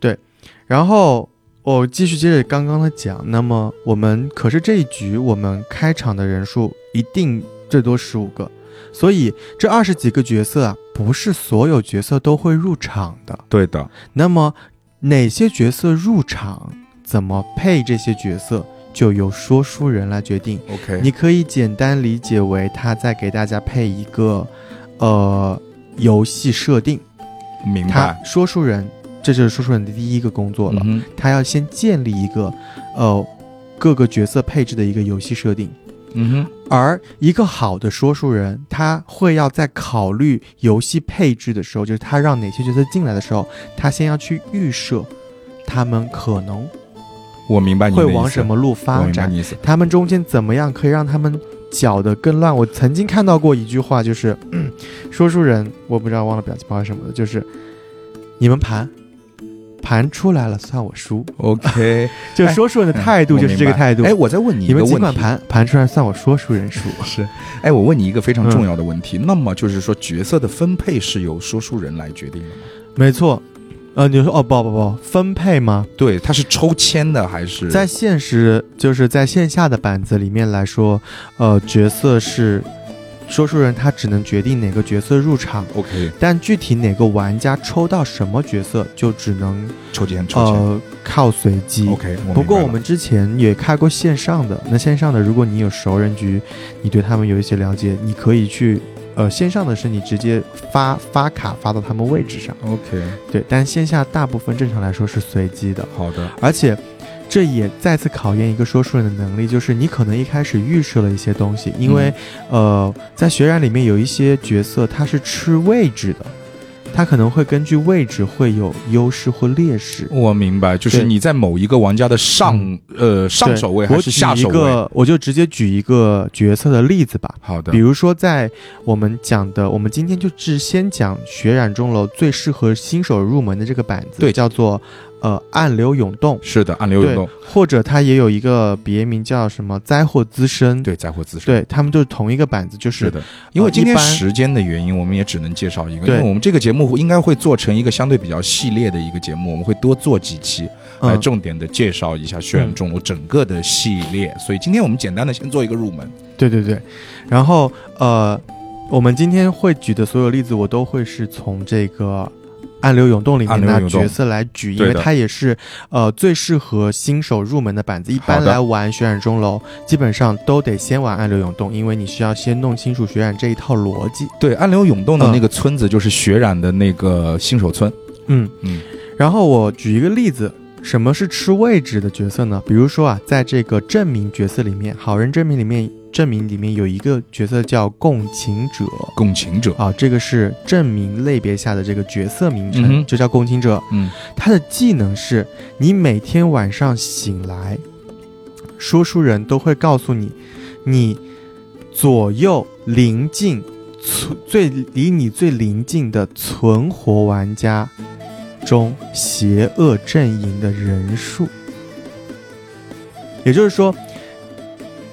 [SPEAKER 2] 对。然后我继续接着刚刚的讲，那么我们可是这一局我们开场的人数一定最多十五个，所以这二十几个角色啊，不是所有角色都会入场的。
[SPEAKER 1] 对的，
[SPEAKER 2] 那么哪些角色入场，怎么配这些角色，就由说书人来决定。
[SPEAKER 1] OK，
[SPEAKER 2] 你可以简单理解为他在给大家配一个，呃，游戏设定。
[SPEAKER 1] 明
[SPEAKER 2] 他
[SPEAKER 1] 白
[SPEAKER 2] 说书人，这就是说书人的第一个工作了，
[SPEAKER 1] 嗯哼
[SPEAKER 2] 他要先建立一个，呃，各个角色配置的一个游戏设定。
[SPEAKER 1] 嗯哼，
[SPEAKER 2] 而一个好的说书人，他会要在考虑游戏配置的时候，就是他让哪些角色进来的时候，他先要去预设，他们可能
[SPEAKER 1] 我明白你的
[SPEAKER 2] 会
[SPEAKER 1] 意思
[SPEAKER 2] 往什么路发
[SPEAKER 1] 我明白
[SPEAKER 2] 展，
[SPEAKER 1] 你意 思。
[SPEAKER 2] 他们中间怎么样可以让他们搅得更乱？我曾经看到过一句话，就是、 嗯说书人，我不知道忘了表情包是什么的，就是你们盘，盘出来了算我输，
[SPEAKER 1] OK，
[SPEAKER 2] 就说书人的态度就是这个态度。
[SPEAKER 1] 哎，我再问你一
[SPEAKER 2] 你
[SPEAKER 1] 个
[SPEAKER 2] 们尽
[SPEAKER 1] 问
[SPEAKER 2] 管
[SPEAKER 1] 题，
[SPEAKER 2] 盘盘出来算我说书人输。
[SPEAKER 1] 是，哎，我问你一个非常重要的问题，
[SPEAKER 2] 嗯
[SPEAKER 1] 那么就是说角色的分配是由说书人来决定的吗？
[SPEAKER 2] 没错，呃，你说哦不不不，分配吗？
[SPEAKER 1] 对，他是抽签的还是
[SPEAKER 2] 在现实就是在线下的板子里面来说，呃，角色是说书人他只能决定哪个角色入场，
[SPEAKER 1] OK
[SPEAKER 2] 但具体哪个玩家抽到什么角色就只能
[SPEAKER 1] 抽签抽签、
[SPEAKER 2] 呃靠随机。
[SPEAKER 1] OK？明白
[SPEAKER 2] 呃不过我
[SPEAKER 1] 了
[SPEAKER 2] 们之前也开过线上的，那线上的如果你有熟人局，你对他们有一些了解，你可以去。呃，线上的是你直接发发卡发到他们位置上，
[SPEAKER 1] OK
[SPEAKER 2] 对，但线下大部分正常来说是随机的。
[SPEAKER 1] 好的，
[SPEAKER 2] 而且，这也再次考验一个说书人的能力，就是你可能一开始预设了一些东西，因为，
[SPEAKER 1] 嗯
[SPEAKER 2] 呃，在血染里面有一些角色他是吃位置的，他可能会根据位置会有优势或劣势。
[SPEAKER 1] 我明白，就是
[SPEAKER 2] 对
[SPEAKER 1] 你在某一个玩家的上呃上
[SPEAKER 2] 对
[SPEAKER 1] 手位还
[SPEAKER 2] 我
[SPEAKER 1] 是
[SPEAKER 2] 举
[SPEAKER 1] 下手位？
[SPEAKER 2] 一个，我就直接举一个角色的例子吧。
[SPEAKER 1] 好的
[SPEAKER 2] 比，如说，在我们讲的，我们今天就是先讲血染钟楼最适合新手入门的这个板子，
[SPEAKER 1] 对
[SPEAKER 2] 叫做呃暗流涌动。
[SPEAKER 1] 是的，暗流涌动，
[SPEAKER 2] 或者它也有一个别名叫什么灾祸滋生，
[SPEAKER 1] 对，在乎自身。
[SPEAKER 2] 对，他们就是同一个板子，就是
[SPEAKER 1] 是的，因为今
[SPEAKER 2] 一
[SPEAKER 1] 天
[SPEAKER 2] 般
[SPEAKER 1] 时间的原因，我们也只能介绍一个。因
[SPEAKER 2] 对
[SPEAKER 1] 为我们这个节目应该会做成一个相对比较系列的一个节目，我们会多做几期来
[SPEAKER 2] 嗯，
[SPEAKER 1] 重点的介绍一下《血染钟楼》整个的系列。所以今天我们简单的先做一个入门。
[SPEAKER 2] 对对对。然后呃，我们今天会举的所有例子，我都会是从这个。暗流涌动里面
[SPEAKER 1] 暗流
[SPEAKER 2] 拿
[SPEAKER 1] 涌动
[SPEAKER 2] 角色来举，因
[SPEAKER 1] 对
[SPEAKER 2] 为
[SPEAKER 1] 的
[SPEAKER 2] 它也是，呃，最适合新手入门的板子。一
[SPEAKER 1] 好
[SPEAKER 2] 般
[SPEAKER 1] 的
[SPEAKER 2] 来玩血染钟楼，基本上都得先玩暗流涌动，因为你需要先弄清楚血染这一套逻辑。
[SPEAKER 1] 对，暗流涌动的
[SPEAKER 2] 嗯
[SPEAKER 1] 那个村子就是血染的那个新手村。
[SPEAKER 2] 嗯
[SPEAKER 1] 嗯，
[SPEAKER 2] 然后我举一个例子，什么是吃位置的角色呢？比如说啊，在这个证明角色里面，好人证明里面，证明里面有一个角色叫共情者。
[SPEAKER 1] 共情者，
[SPEAKER 2] 啊，这个是证明类别下的这个角色名
[SPEAKER 1] 嗯
[SPEAKER 2] 称，
[SPEAKER 1] 哼
[SPEAKER 2] 就叫共情者。
[SPEAKER 1] 嗯，
[SPEAKER 2] 他的技能是，你每天晚上醒来，说书人都会告诉你，你左右邻近存最离你最邻近的存活玩家中邪恶阵营的人数。也就是说，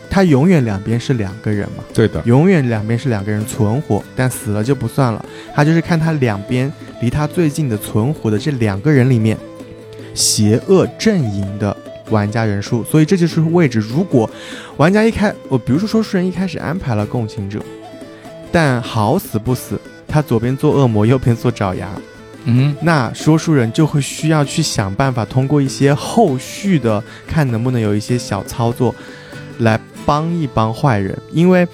[SPEAKER 2] 他永远两边是两个人嘛。
[SPEAKER 1] 对的，
[SPEAKER 2] 永远两边是两个人存活，但死了就不算了。他就是看他两边离他最近的存活的这两个人里面，邪恶阵营的玩家人数，所以这就是位置。如果玩家一开，我比如说说书人一开始安排了共情者，但好死不死，他左边做恶魔，右边做爪牙，
[SPEAKER 1] 嗯，
[SPEAKER 2] 那说书人就会需要去想办法，通过一些后续的看能不能有一些小操作，来帮一帮坏人。因为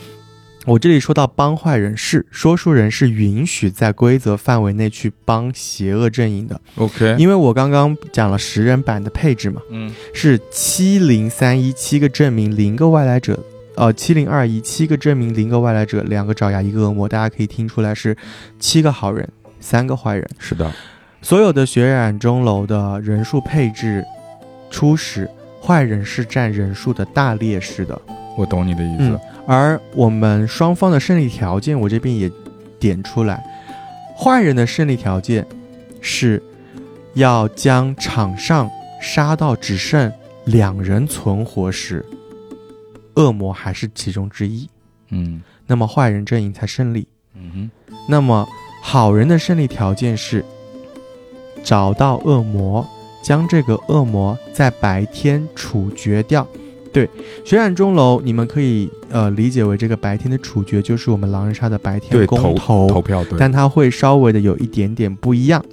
[SPEAKER 2] 我这里说到帮坏人是说书人是允许在规则范围内去帮邪恶阵营的，
[SPEAKER 1] ，OK，
[SPEAKER 2] 因为我刚刚讲了十人版的配置嘛，
[SPEAKER 1] 嗯，
[SPEAKER 2] 是七零三一七个证明，零个外来者。呃，七零二一七个证明，零个外来者，两个爪牙，一个恶魔，大家可以听出来是七个好人，三个坏人。
[SPEAKER 1] 是的，
[SPEAKER 2] 所有的血染钟楼的人数配置，初始坏人是占人数的大劣势的，
[SPEAKER 1] 我懂你的意
[SPEAKER 2] 嗯
[SPEAKER 1] 思。
[SPEAKER 2] 而我们双方的胜利条件，我这边也点出来，坏人的胜利条件是要将场上杀到只剩两人存活时，恶魔还是其中之一，
[SPEAKER 1] 嗯
[SPEAKER 2] 那么坏人阵营才胜利。
[SPEAKER 1] 嗯
[SPEAKER 2] 那么好人的胜利条件是找到恶魔，将这个恶魔在白天处决掉。对，血染钟楼，你们可以呃理解为这个白天的处决就是我们狼人杀的白天
[SPEAKER 1] 对
[SPEAKER 2] 公
[SPEAKER 1] 投
[SPEAKER 2] 投
[SPEAKER 1] 投票对，
[SPEAKER 2] 但它会稍微的有一点点不一样，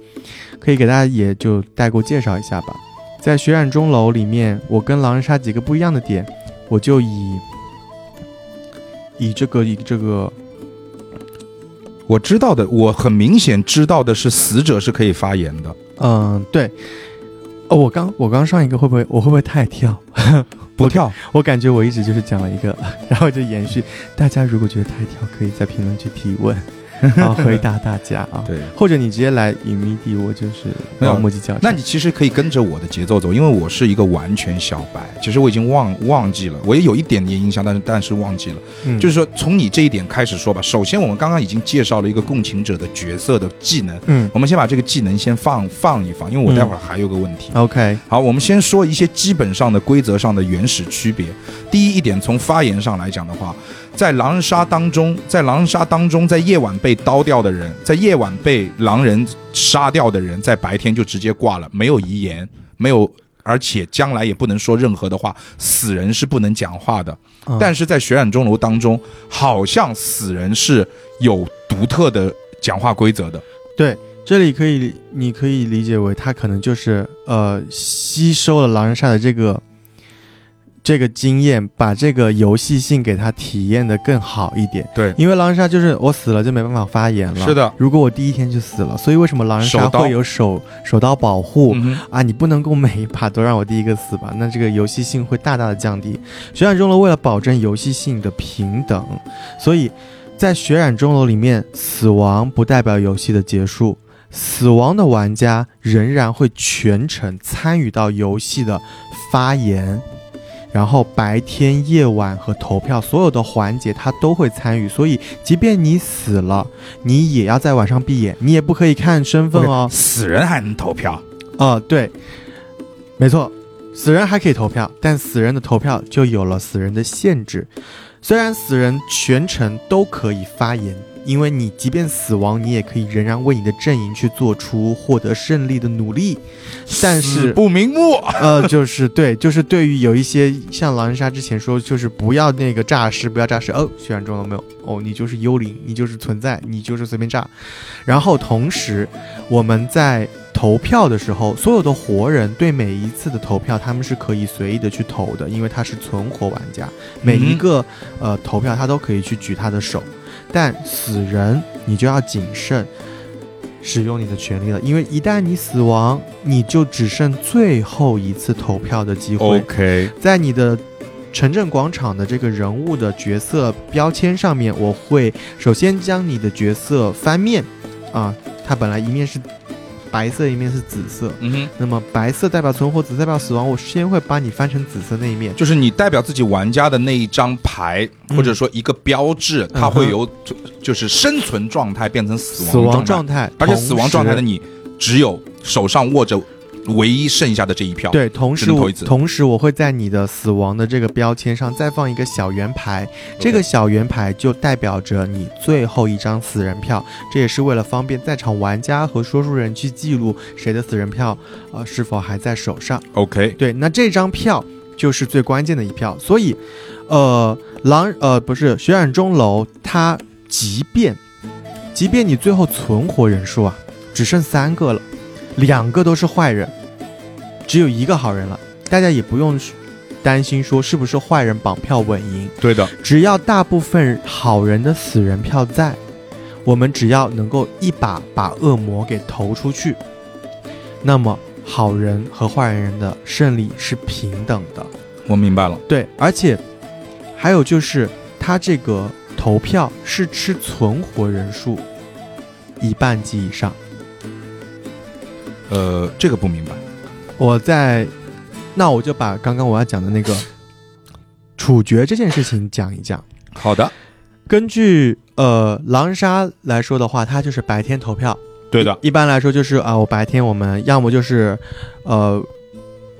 [SPEAKER 2] 可以给大家也就带过介绍一下吧。在血染钟楼里面，我跟狼人杀几个不一样的点，我就以以这个以这个
[SPEAKER 1] 我知道的，我很明显知道的是，死者是可以发言的，
[SPEAKER 2] 嗯，对。哦，我刚我刚上一个会不会我会不会太跳？
[SPEAKER 1] 不跳。
[SPEAKER 2] 我感觉 我 一直就是讲了一个，然后就延续。大家如果觉得太跳，可以在评论区提问。然后回答大家啊。
[SPEAKER 1] 对，
[SPEAKER 2] 或者你直接来隐秘地，我就是
[SPEAKER 1] 没有
[SPEAKER 2] 老母鸡叫。
[SPEAKER 1] 那你其实可以跟着我的节奏走，因为我是一个完全小白，其实我已经忘忘记了，我也有一点点印象，但是但是忘记了。
[SPEAKER 2] 嗯
[SPEAKER 1] 就是说，从你这一点开始说吧。首先，我们刚刚已经介绍了一个共情者的角色的技能，
[SPEAKER 2] 嗯
[SPEAKER 1] 我们先把这个技能先放放一放，因为我待会儿还有个问题。
[SPEAKER 2] ，OK，
[SPEAKER 1] 好，我们先说一些基本上的规则上的原始区别。第一一点，从发言上来讲的话，在狼人杀当中，在狼人杀当中，在夜晚被刀掉的人，在夜晚被狼人杀掉的人，在白天就直接挂了，没有遗言，没有，而且将来也不能说任何的话，死人是不能讲话的。
[SPEAKER 2] 嗯
[SPEAKER 1] 但是在血染钟楼当中，好像死人是有独特的讲话规则的。
[SPEAKER 2] 这里可以，你可以理解为他可能就是呃，吸收了狼人杀的这个这个经验，把这个游戏性给他体验的更好一点。
[SPEAKER 1] 对
[SPEAKER 2] 因为狼人杀就是我死了就没办法发言了。
[SPEAKER 1] 是的
[SPEAKER 2] 如果我第一天就死了，所以为什么狼人杀
[SPEAKER 1] 手刀
[SPEAKER 2] 会有手手刀保护？
[SPEAKER 1] 嗯哼
[SPEAKER 2] 啊，你不能够每一把都让我第一个死吧？那这个游戏性会大大的降低。血染钟楼为了保证游戏性的平等，所以在血染钟楼里面，死亡不代表游戏的结束，死亡的玩家仍然会全程参与到游戏的发言。然后白天、夜晚和投票所有的环节，他都会参与。所以，即便你死了，你也要在晚上闭眼，你也不可以看身份哦。
[SPEAKER 1] 死人还能投票。
[SPEAKER 2] 啊、对，没错，死人还可以投票，但死人的投票就有了死人的限制。虽然死人全程都可以发言，因为你即便死亡，你也可以仍然为你的阵营去做出获得胜利的努力。但
[SPEAKER 1] 死
[SPEAKER 2] 是，
[SPEAKER 1] 不瞑目。啊
[SPEAKER 2] 呃，就是对，就是对于有一些像狼人杀之前说，就是不要那个诈尸，不要诈尸。哦，血染中了没有？哦，你就是幽灵，你就是存在，你就是随便炸。然后同时，我们在投票的时候，所有的活人对每一次的投票，他们是可以随意的去投的，因为他是存活玩家，每一个、呃投票他都可以去举他的手。但死人，你就要谨慎。使用你的权利了，因为一旦你死亡，你就只剩最后一次投票的机会。
[SPEAKER 1] OK，
[SPEAKER 2] 在你的城镇广场的这个人物的角色标签上面，我会首先将你的角色翻面啊，它本来一面是白色，一面是紫色。
[SPEAKER 1] 嗯哼，
[SPEAKER 2] 那么白色代表存活，紫色代表死亡。我先会把你翻成紫色那一面，
[SPEAKER 1] 就是你代表自己玩家的那一张牌，
[SPEAKER 2] 嗯
[SPEAKER 1] 或者说一个标志，
[SPEAKER 2] 哼
[SPEAKER 1] 它会由就就是生存状态变成死
[SPEAKER 2] 死
[SPEAKER 1] 亡
[SPEAKER 2] 亡
[SPEAKER 1] 状态，
[SPEAKER 2] 状态，
[SPEAKER 1] 而且
[SPEAKER 2] 同时
[SPEAKER 1] 死亡状态的你只有手上握着唯一剩下的这一票。，
[SPEAKER 2] 对，同
[SPEAKER 1] 只
[SPEAKER 2] 时
[SPEAKER 1] 能投
[SPEAKER 2] 我
[SPEAKER 1] 一次
[SPEAKER 2] 同时我会在你的死亡的这个标签上再放一个小圆牌，这个小圆牌就代表着你最后一张死人票，这也是为了方便在场玩家和说书人去记录谁的死人票呃是否还在手上。
[SPEAKER 1] OK，
[SPEAKER 2] 对，那这张票就是最关键的一票，所以，呃，狼呃不是血染钟楼，它即便即便你最后存活人数啊只剩三个了，两个都是坏人，只有一个好人了，大家也不用担心说是不是坏人绑票稳赢，
[SPEAKER 1] 对的，
[SPEAKER 2] 只要大部分好人的死人票在，我们只要能够一把把恶魔给投出去，那么好人和坏人的胜利是平等的。
[SPEAKER 1] 我明白了。
[SPEAKER 2] 对，而且还有就是，他这个投票是吃存活人数一半及以上。
[SPEAKER 1] 呃，这个不明白。
[SPEAKER 2] 我在，那我就把刚刚我要讲的那个处决这件事情讲一讲。
[SPEAKER 1] 好的，
[SPEAKER 2] 根据呃狼人杀来说的话，它就是白天投票，
[SPEAKER 1] 对的，
[SPEAKER 2] 一般来说就是啊、我白天我们要么就是，呃，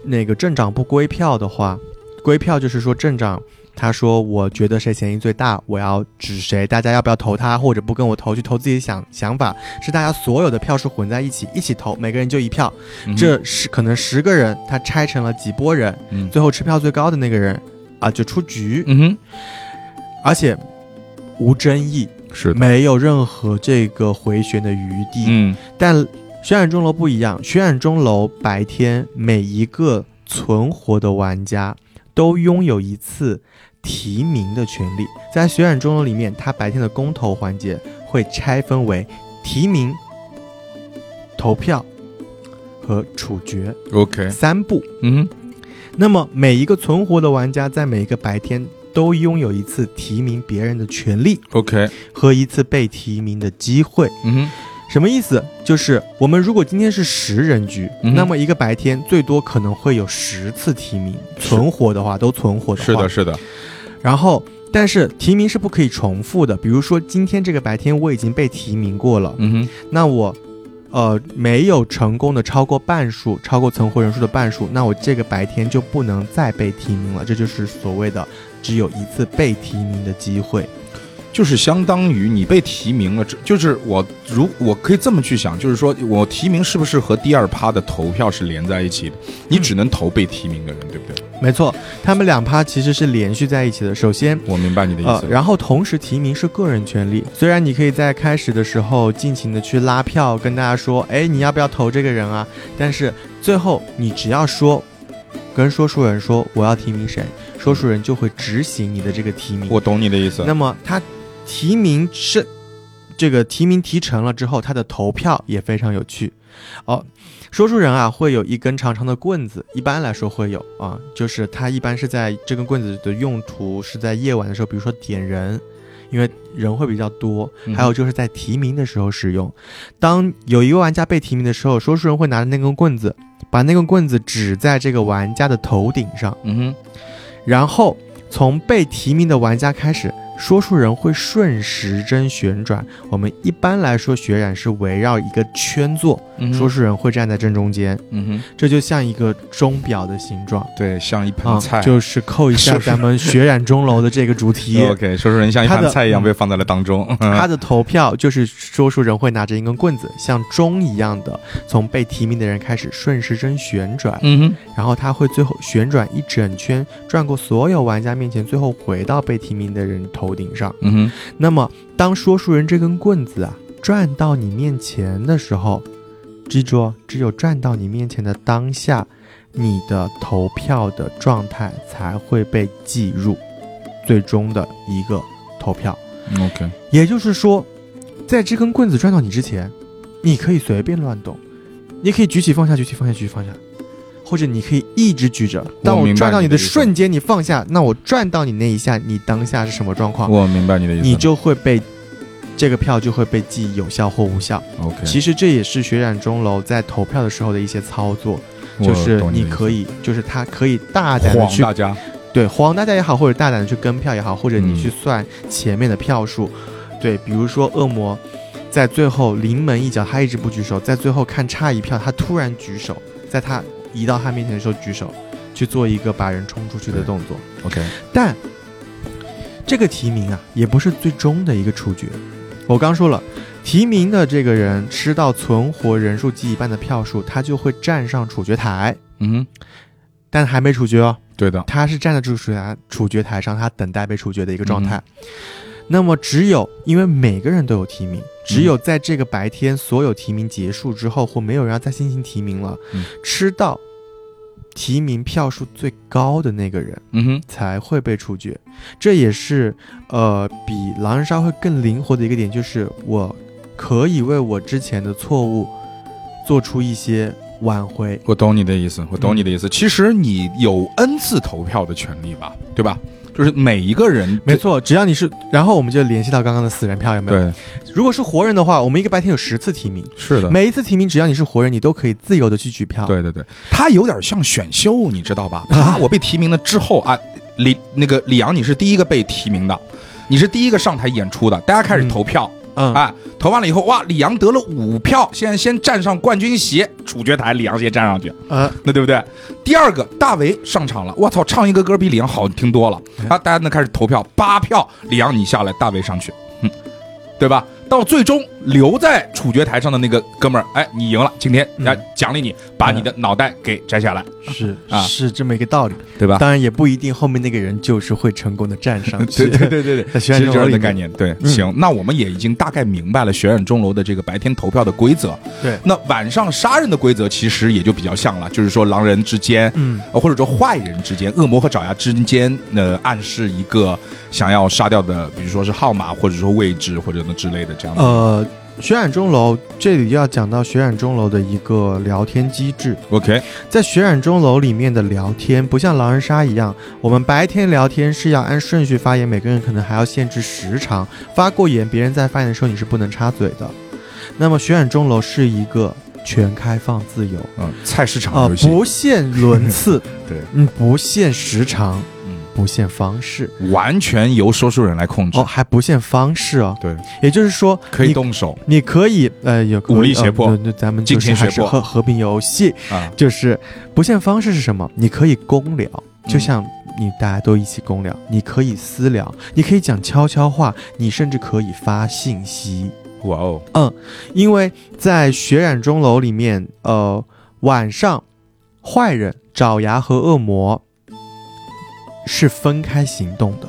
[SPEAKER 2] 那个镇长不归票的话，归票就是说镇长他说我觉得谁嫌疑最大，我要指谁，大家要不要投他，或者不跟我投去投自己想想法，是大家所有的票数混在一起一起投，每个人就一票，
[SPEAKER 1] 嗯哼
[SPEAKER 2] 这十可能十个人他拆成了几波人，
[SPEAKER 1] 嗯
[SPEAKER 2] 最后持票最高的那个人啊就出局，
[SPEAKER 1] 嗯哼，
[SPEAKER 2] 而且无争议，
[SPEAKER 1] 是的，
[SPEAKER 2] 没有任何这个回旋的余地。
[SPEAKER 1] 嗯，
[SPEAKER 2] 但血染钟楼不一样，血染钟楼白天每一个存活的玩家都拥有一次提名的权利。在血染钟楼里面，它白天的公投环节会拆分为提名、投票和处决
[SPEAKER 1] OK，
[SPEAKER 2] 三步。
[SPEAKER 1] 嗯哼，
[SPEAKER 2] 那么每一个存活的玩家在每一个白天都拥有一次提名别人的权利
[SPEAKER 1] OK，
[SPEAKER 2] 和一次被提名的机会。
[SPEAKER 1] 嗯哼，
[SPEAKER 2] 什么意思？就是我们如果今天是十人局，
[SPEAKER 1] 嗯哼
[SPEAKER 2] 那么一个白天最多可能会有十次提名，
[SPEAKER 1] 是
[SPEAKER 2] 存活的话都存活的话。
[SPEAKER 1] 是的，。是的，
[SPEAKER 2] 然后，但是提名是不可以重复的。比如说今天这个白天我已经被提名过了，
[SPEAKER 1] 嗯哼，
[SPEAKER 2] 那我。呃，没有成功的超过半数，超过存活人数的半数，那我这个白天就不能再被提名了。这就是所谓的只有一次被提名的机会。
[SPEAKER 1] 就是相当于你被提名了，这就是我如我可以这么去想，就是说我提名是不是和第二趴的投票是连在一起的？你只能投被提名的人，对不对？
[SPEAKER 2] 没错，他们两趴其实是连续在一起的。首先，
[SPEAKER 1] 我明白你的意
[SPEAKER 2] 呃
[SPEAKER 1] 思，，
[SPEAKER 2] 然后同时提名是个人权利，虽然你可以在开始的时候尽情的去拉票，跟大家说，哎，你要不要投这个人啊？但是最后你只要说，跟说书人说我要提名谁，说书人就会执行你的这个提名。
[SPEAKER 1] 我懂你的意思。
[SPEAKER 2] 那么他提名是这个提名提成了之后，他的投票也非常有趣。哦，说书人啊会有一根长长的棍子，一般来说会有啊，就是他一般是在这根棍子的用途是在夜晚的时候，比如说点人。因为人会比较多，
[SPEAKER 1] 嗯
[SPEAKER 2] 还有就是在提名的时候使用。当有一个玩家被提名的时候，说书人会拿着那根棍子，把那根棍子指在这个玩家的头顶上，
[SPEAKER 1] 嗯哼，
[SPEAKER 2] 然后从被提名的玩家开始，说书人会顺时针旋转。我们一般来说，血染是围绕一个圈做，
[SPEAKER 1] 嗯哼
[SPEAKER 2] 说，书人会站在正中间，
[SPEAKER 1] 嗯哼，
[SPEAKER 2] 这就像一个钟表的形状。
[SPEAKER 1] 对，像一
[SPEAKER 2] 啊
[SPEAKER 1] 盘、菜。
[SPEAKER 2] 就是扣一
[SPEAKER 1] 是
[SPEAKER 2] 下
[SPEAKER 1] 不是
[SPEAKER 2] 咱们血染钟楼的这个主题，
[SPEAKER 1] OK，说书人像一
[SPEAKER 2] 他
[SPEAKER 1] 盘
[SPEAKER 2] 的
[SPEAKER 1] 菜一样
[SPEAKER 2] 嗯
[SPEAKER 1] 被放在了当中。
[SPEAKER 2] 他的投票就是说书人会拿着一根棍子，像钟一样的从被提名的人开始顺时针旋转，
[SPEAKER 1] 嗯哼，
[SPEAKER 2] 然后他会最后旋转一整圈，转过所有玩家面前，最后回到被提名的人头顶上。
[SPEAKER 1] 嗯哼。
[SPEAKER 2] 那么，当说书人这根棍子啊转到你面前的时候，记住哦，只有转到你面前的当下，你的投票的状态才会被计入最终的一个投票。
[SPEAKER 1] 嗯 OK，
[SPEAKER 2] 也就是说，在这根棍子转到你之前，你可以随便乱动，你可以举起放下，举起放下，举起放下，或者你可以一直举着。当
[SPEAKER 1] 我
[SPEAKER 2] 我
[SPEAKER 1] 明白
[SPEAKER 2] 转到
[SPEAKER 1] 你
[SPEAKER 2] 你
[SPEAKER 1] 的
[SPEAKER 2] 的
[SPEAKER 1] 意思
[SPEAKER 2] 瞬间，你放下，那我转到你那一下，你当下是什么状况？
[SPEAKER 1] 我明白你的意思了。
[SPEAKER 2] 啊你就会被这个票就会被记有效或无效。
[SPEAKER 1] OK，
[SPEAKER 2] 其实这也是血染钟楼在投票的时候的一些操作，
[SPEAKER 1] 我
[SPEAKER 2] 就是
[SPEAKER 1] 懂
[SPEAKER 2] 你
[SPEAKER 1] 你的意思
[SPEAKER 2] 可以，就是他可以大胆的
[SPEAKER 1] 晃
[SPEAKER 2] 去
[SPEAKER 1] 大家。
[SPEAKER 2] 对晃大家也好，或者大胆的去跟票也好，或者
[SPEAKER 1] 嗯
[SPEAKER 2] 你去算前面的票数。对，比如说恶魔在最后临门一脚，他一直不举手，在最后看差一票，他突然举手，在他移到他面前的时候举手，去做一个把人冲出去的
[SPEAKER 1] 对
[SPEAKER 2] 动作。
[SPEAKER 1] OK，
[SPEAKER 2] 但这个提名啊，也不是最终的一个处决。我刚说了，提名的这个人吃到存活人数及一半的票数，他就会站上处决台，
[SPEAKER 1] 嗯哼，
[SPEAKER 2] 但还没处决哦，
[SPEAKER 1] 对的，
[SPEAKER 2] 他是站在处决台处决台上，他等待被处决的一个状态。那么，只有因为每个人都有提名，只有在这个白天所有提名结束之后，或没有人要再进行提名了，
[SPEAKER 1] 嗯
[SPEAKER 2] 吃到提名票数最高的那个人。
[SPEAKER 1] 嗯哼，
[SPEAKER 2] 才会被处决。这也是呃比狼人杀会更灵活的一个点，就是我可以为我之前的错误做出一些挽回。
[SPEAKER 1] 我懂你的意思，
[SPEAKER 2] 嗯
[SPEAKER 1] 我懂你的意思。其实你有 n 次投票的权利吧，对吧？就是每一个人，
[SPEAKER 2] 没错，只要你是，然后我们就联系到刚刚的死人票有没有？
[SPEAKER 1] 对，
[SPEAKER 2] 如果是活人的话，我们一个白天有十次提名，
[SPEAKER 1] 是的，
[SPEAKER 2] 每一次提名只要你是活人，你都可以自由的去举票。
[SPEAKER 1] 对 对对，他有点像选秀，你知道吧？啪，我被提名了之后啊，李那个李阳，你是第一个被提名的，你是第一个上台演出的，大家开始
[SPEAKER 2] 嗯
[SPEAKER 1] 投票。
[SPEAKER 2] 嗯，
[SPEAKER 1] 哎，投完了以后，哇，李阳得了五票，现在先站上冠军席，处决台，李阳先站上去，
[SPEAKER 2] 呃，
[SPEAKER 1] 那对不对？第二个，大为上场了，我操，唱一个歌比李阳好听多了
[SPEAKER 2] 哎
[SPEAKER 1] 啊！大家呢开始投票，八票，李阳你下来，大为上去，嗯，对吧？到最终留在处决台上的那个哥们儿，哎，你赢了，今天
[SPEAKER 2] 嗯
[SPEAKER 1] 来奖励你，把你的脑袋给摘下来，
[SPEAKER 2] 是
[SPEAKER 1] 啊
[SPEAKER 2] 是这么一个道理。
[SPEAKER 1] 对吧？
[SPEAKER 2] 当然也不一定后面那个人就是会成功的站上去。
[SPEAKER 1] 对对对对对，
[SPEAKER 2] 在
[SPEAKER 1] 其
[SPEAKER 2] 学
[SPEAKER 1] 实
[SPEAKER 2] 院
[SPEAKER 1] 就
[SPEAKER 2] 中
[SPEAKER 1] 是
[SPEAKER 2] 里
[SPEAKER 1] 这
[SPEAKER 2] 面
[SPEAKER 1] 概念。对，
[SPEAKER 2] 嗯
[SPEAKER 1] 行，那我们也已经大概明白了血染钟楼的这个白天投票的规则。
[SPEAKER 2] 对
[SPEAKER 1] 那晚上杀人的规则其实也就比较像了，就是说狼人之间，
[SPEAKER 2] 嗯
[SPEAKER 1] 呃或者说坏人之间，恶魔和爪牙之间，呃，暗示一个想要杀掉的，比如说是号码，或者说位置，或者呢之类的这样的。
[SPEAKER 2] 呃，血染钟楼这里要讲到血染钟楼的一个聊天机制，
[SPEAKER 1] OK，
[SPEAKER 2] 在血染钟楼里面的聊天不像狼人杀一样，我们白天聊天是要按顺序发言，每个人可能还要限制时长，发过言别人在发言的时候你是不能插嘴的。那么血染钟楼是一个全开放自由
[SPEAKER 1] 嗯，菜市
[SPEAKER 2] 啊、
[SPEAKER 1] 场游戏，
[SPEAKER 2] 不限轮次，
[SPEAKER 1] 对，
[SPEAKER 2] 嗯，不限时长，
[SPEAKER 1] 嗯，
[SPEAKER 2] 不限方式，
[SPEAKER 1] 完全由说书人来控制
[SPEAKER 2] 哦，，还不限方式哦，
[SPEAKER 1] 对，
[SPEAKER 2] 也就是说
[SPEAKER 1] 可以
[SPEAKER 2] 你
[SPEAKER 1] 动手
[SPEAKER 2] 你可以，呃，有
[SPEAKER 1] 武力胁迫
[SPEAKER 2] 呃那、那咱们
[SPEAKER 1] 金
[SPEAKER 2] 就是
[SPEAKER 1] 钱胁
[SPEAKER 2] 还是
[SPEAKER 1] 迫
[SPEAKER 2] 和和平游戏，
[SPEAKER 1] 啊，
[SPEAKER 2] 就是不限方式是什么？你可以公聊，就像你大家都一起公聊，你可以私聊，你可以讲悄悄话，你甚至可以发信息。
[SPEAKER 1] 哇哦，
[SPEAKER 2] 因为在血染钟楼里面，呃，晚上坏人爪牙和恶魔是分开行动的，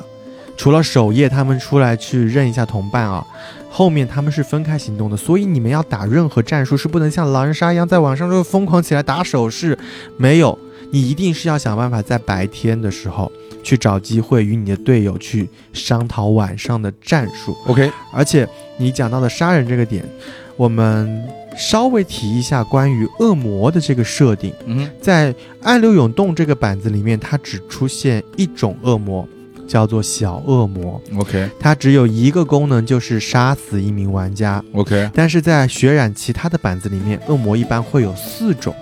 [SPEAKER 2] 除了守夜他们出来去认一下同伴啊，后面他们是分开行动的，所以你们要打任何战术是不能像狼人杀一样在晚上就疯狂起来打手势，没有，你一定是要想办法在白天的时候去找机会与你的队友去商讨晚上的战术。
[SPEAKER 1] OK，
[SPEAKER 2] 而且你讲到的杀人这个点，我们稍微提一下关于恶魔的这个设定，
[SPEAKER 1] 嗯
[SPEAKER 2] 在《暗流涌动》这个板子里面，它只出现一种恶魔，叫做小恶魔，
[SPEAKER 1] ，OK
[SPEAKER 2] 它只有一个功能，就是杀死一名玩家。
[SPEAKER 1] OK，
[SPEAKER 2] 但是在血染其他的板子里面，恶魔一般会有四种，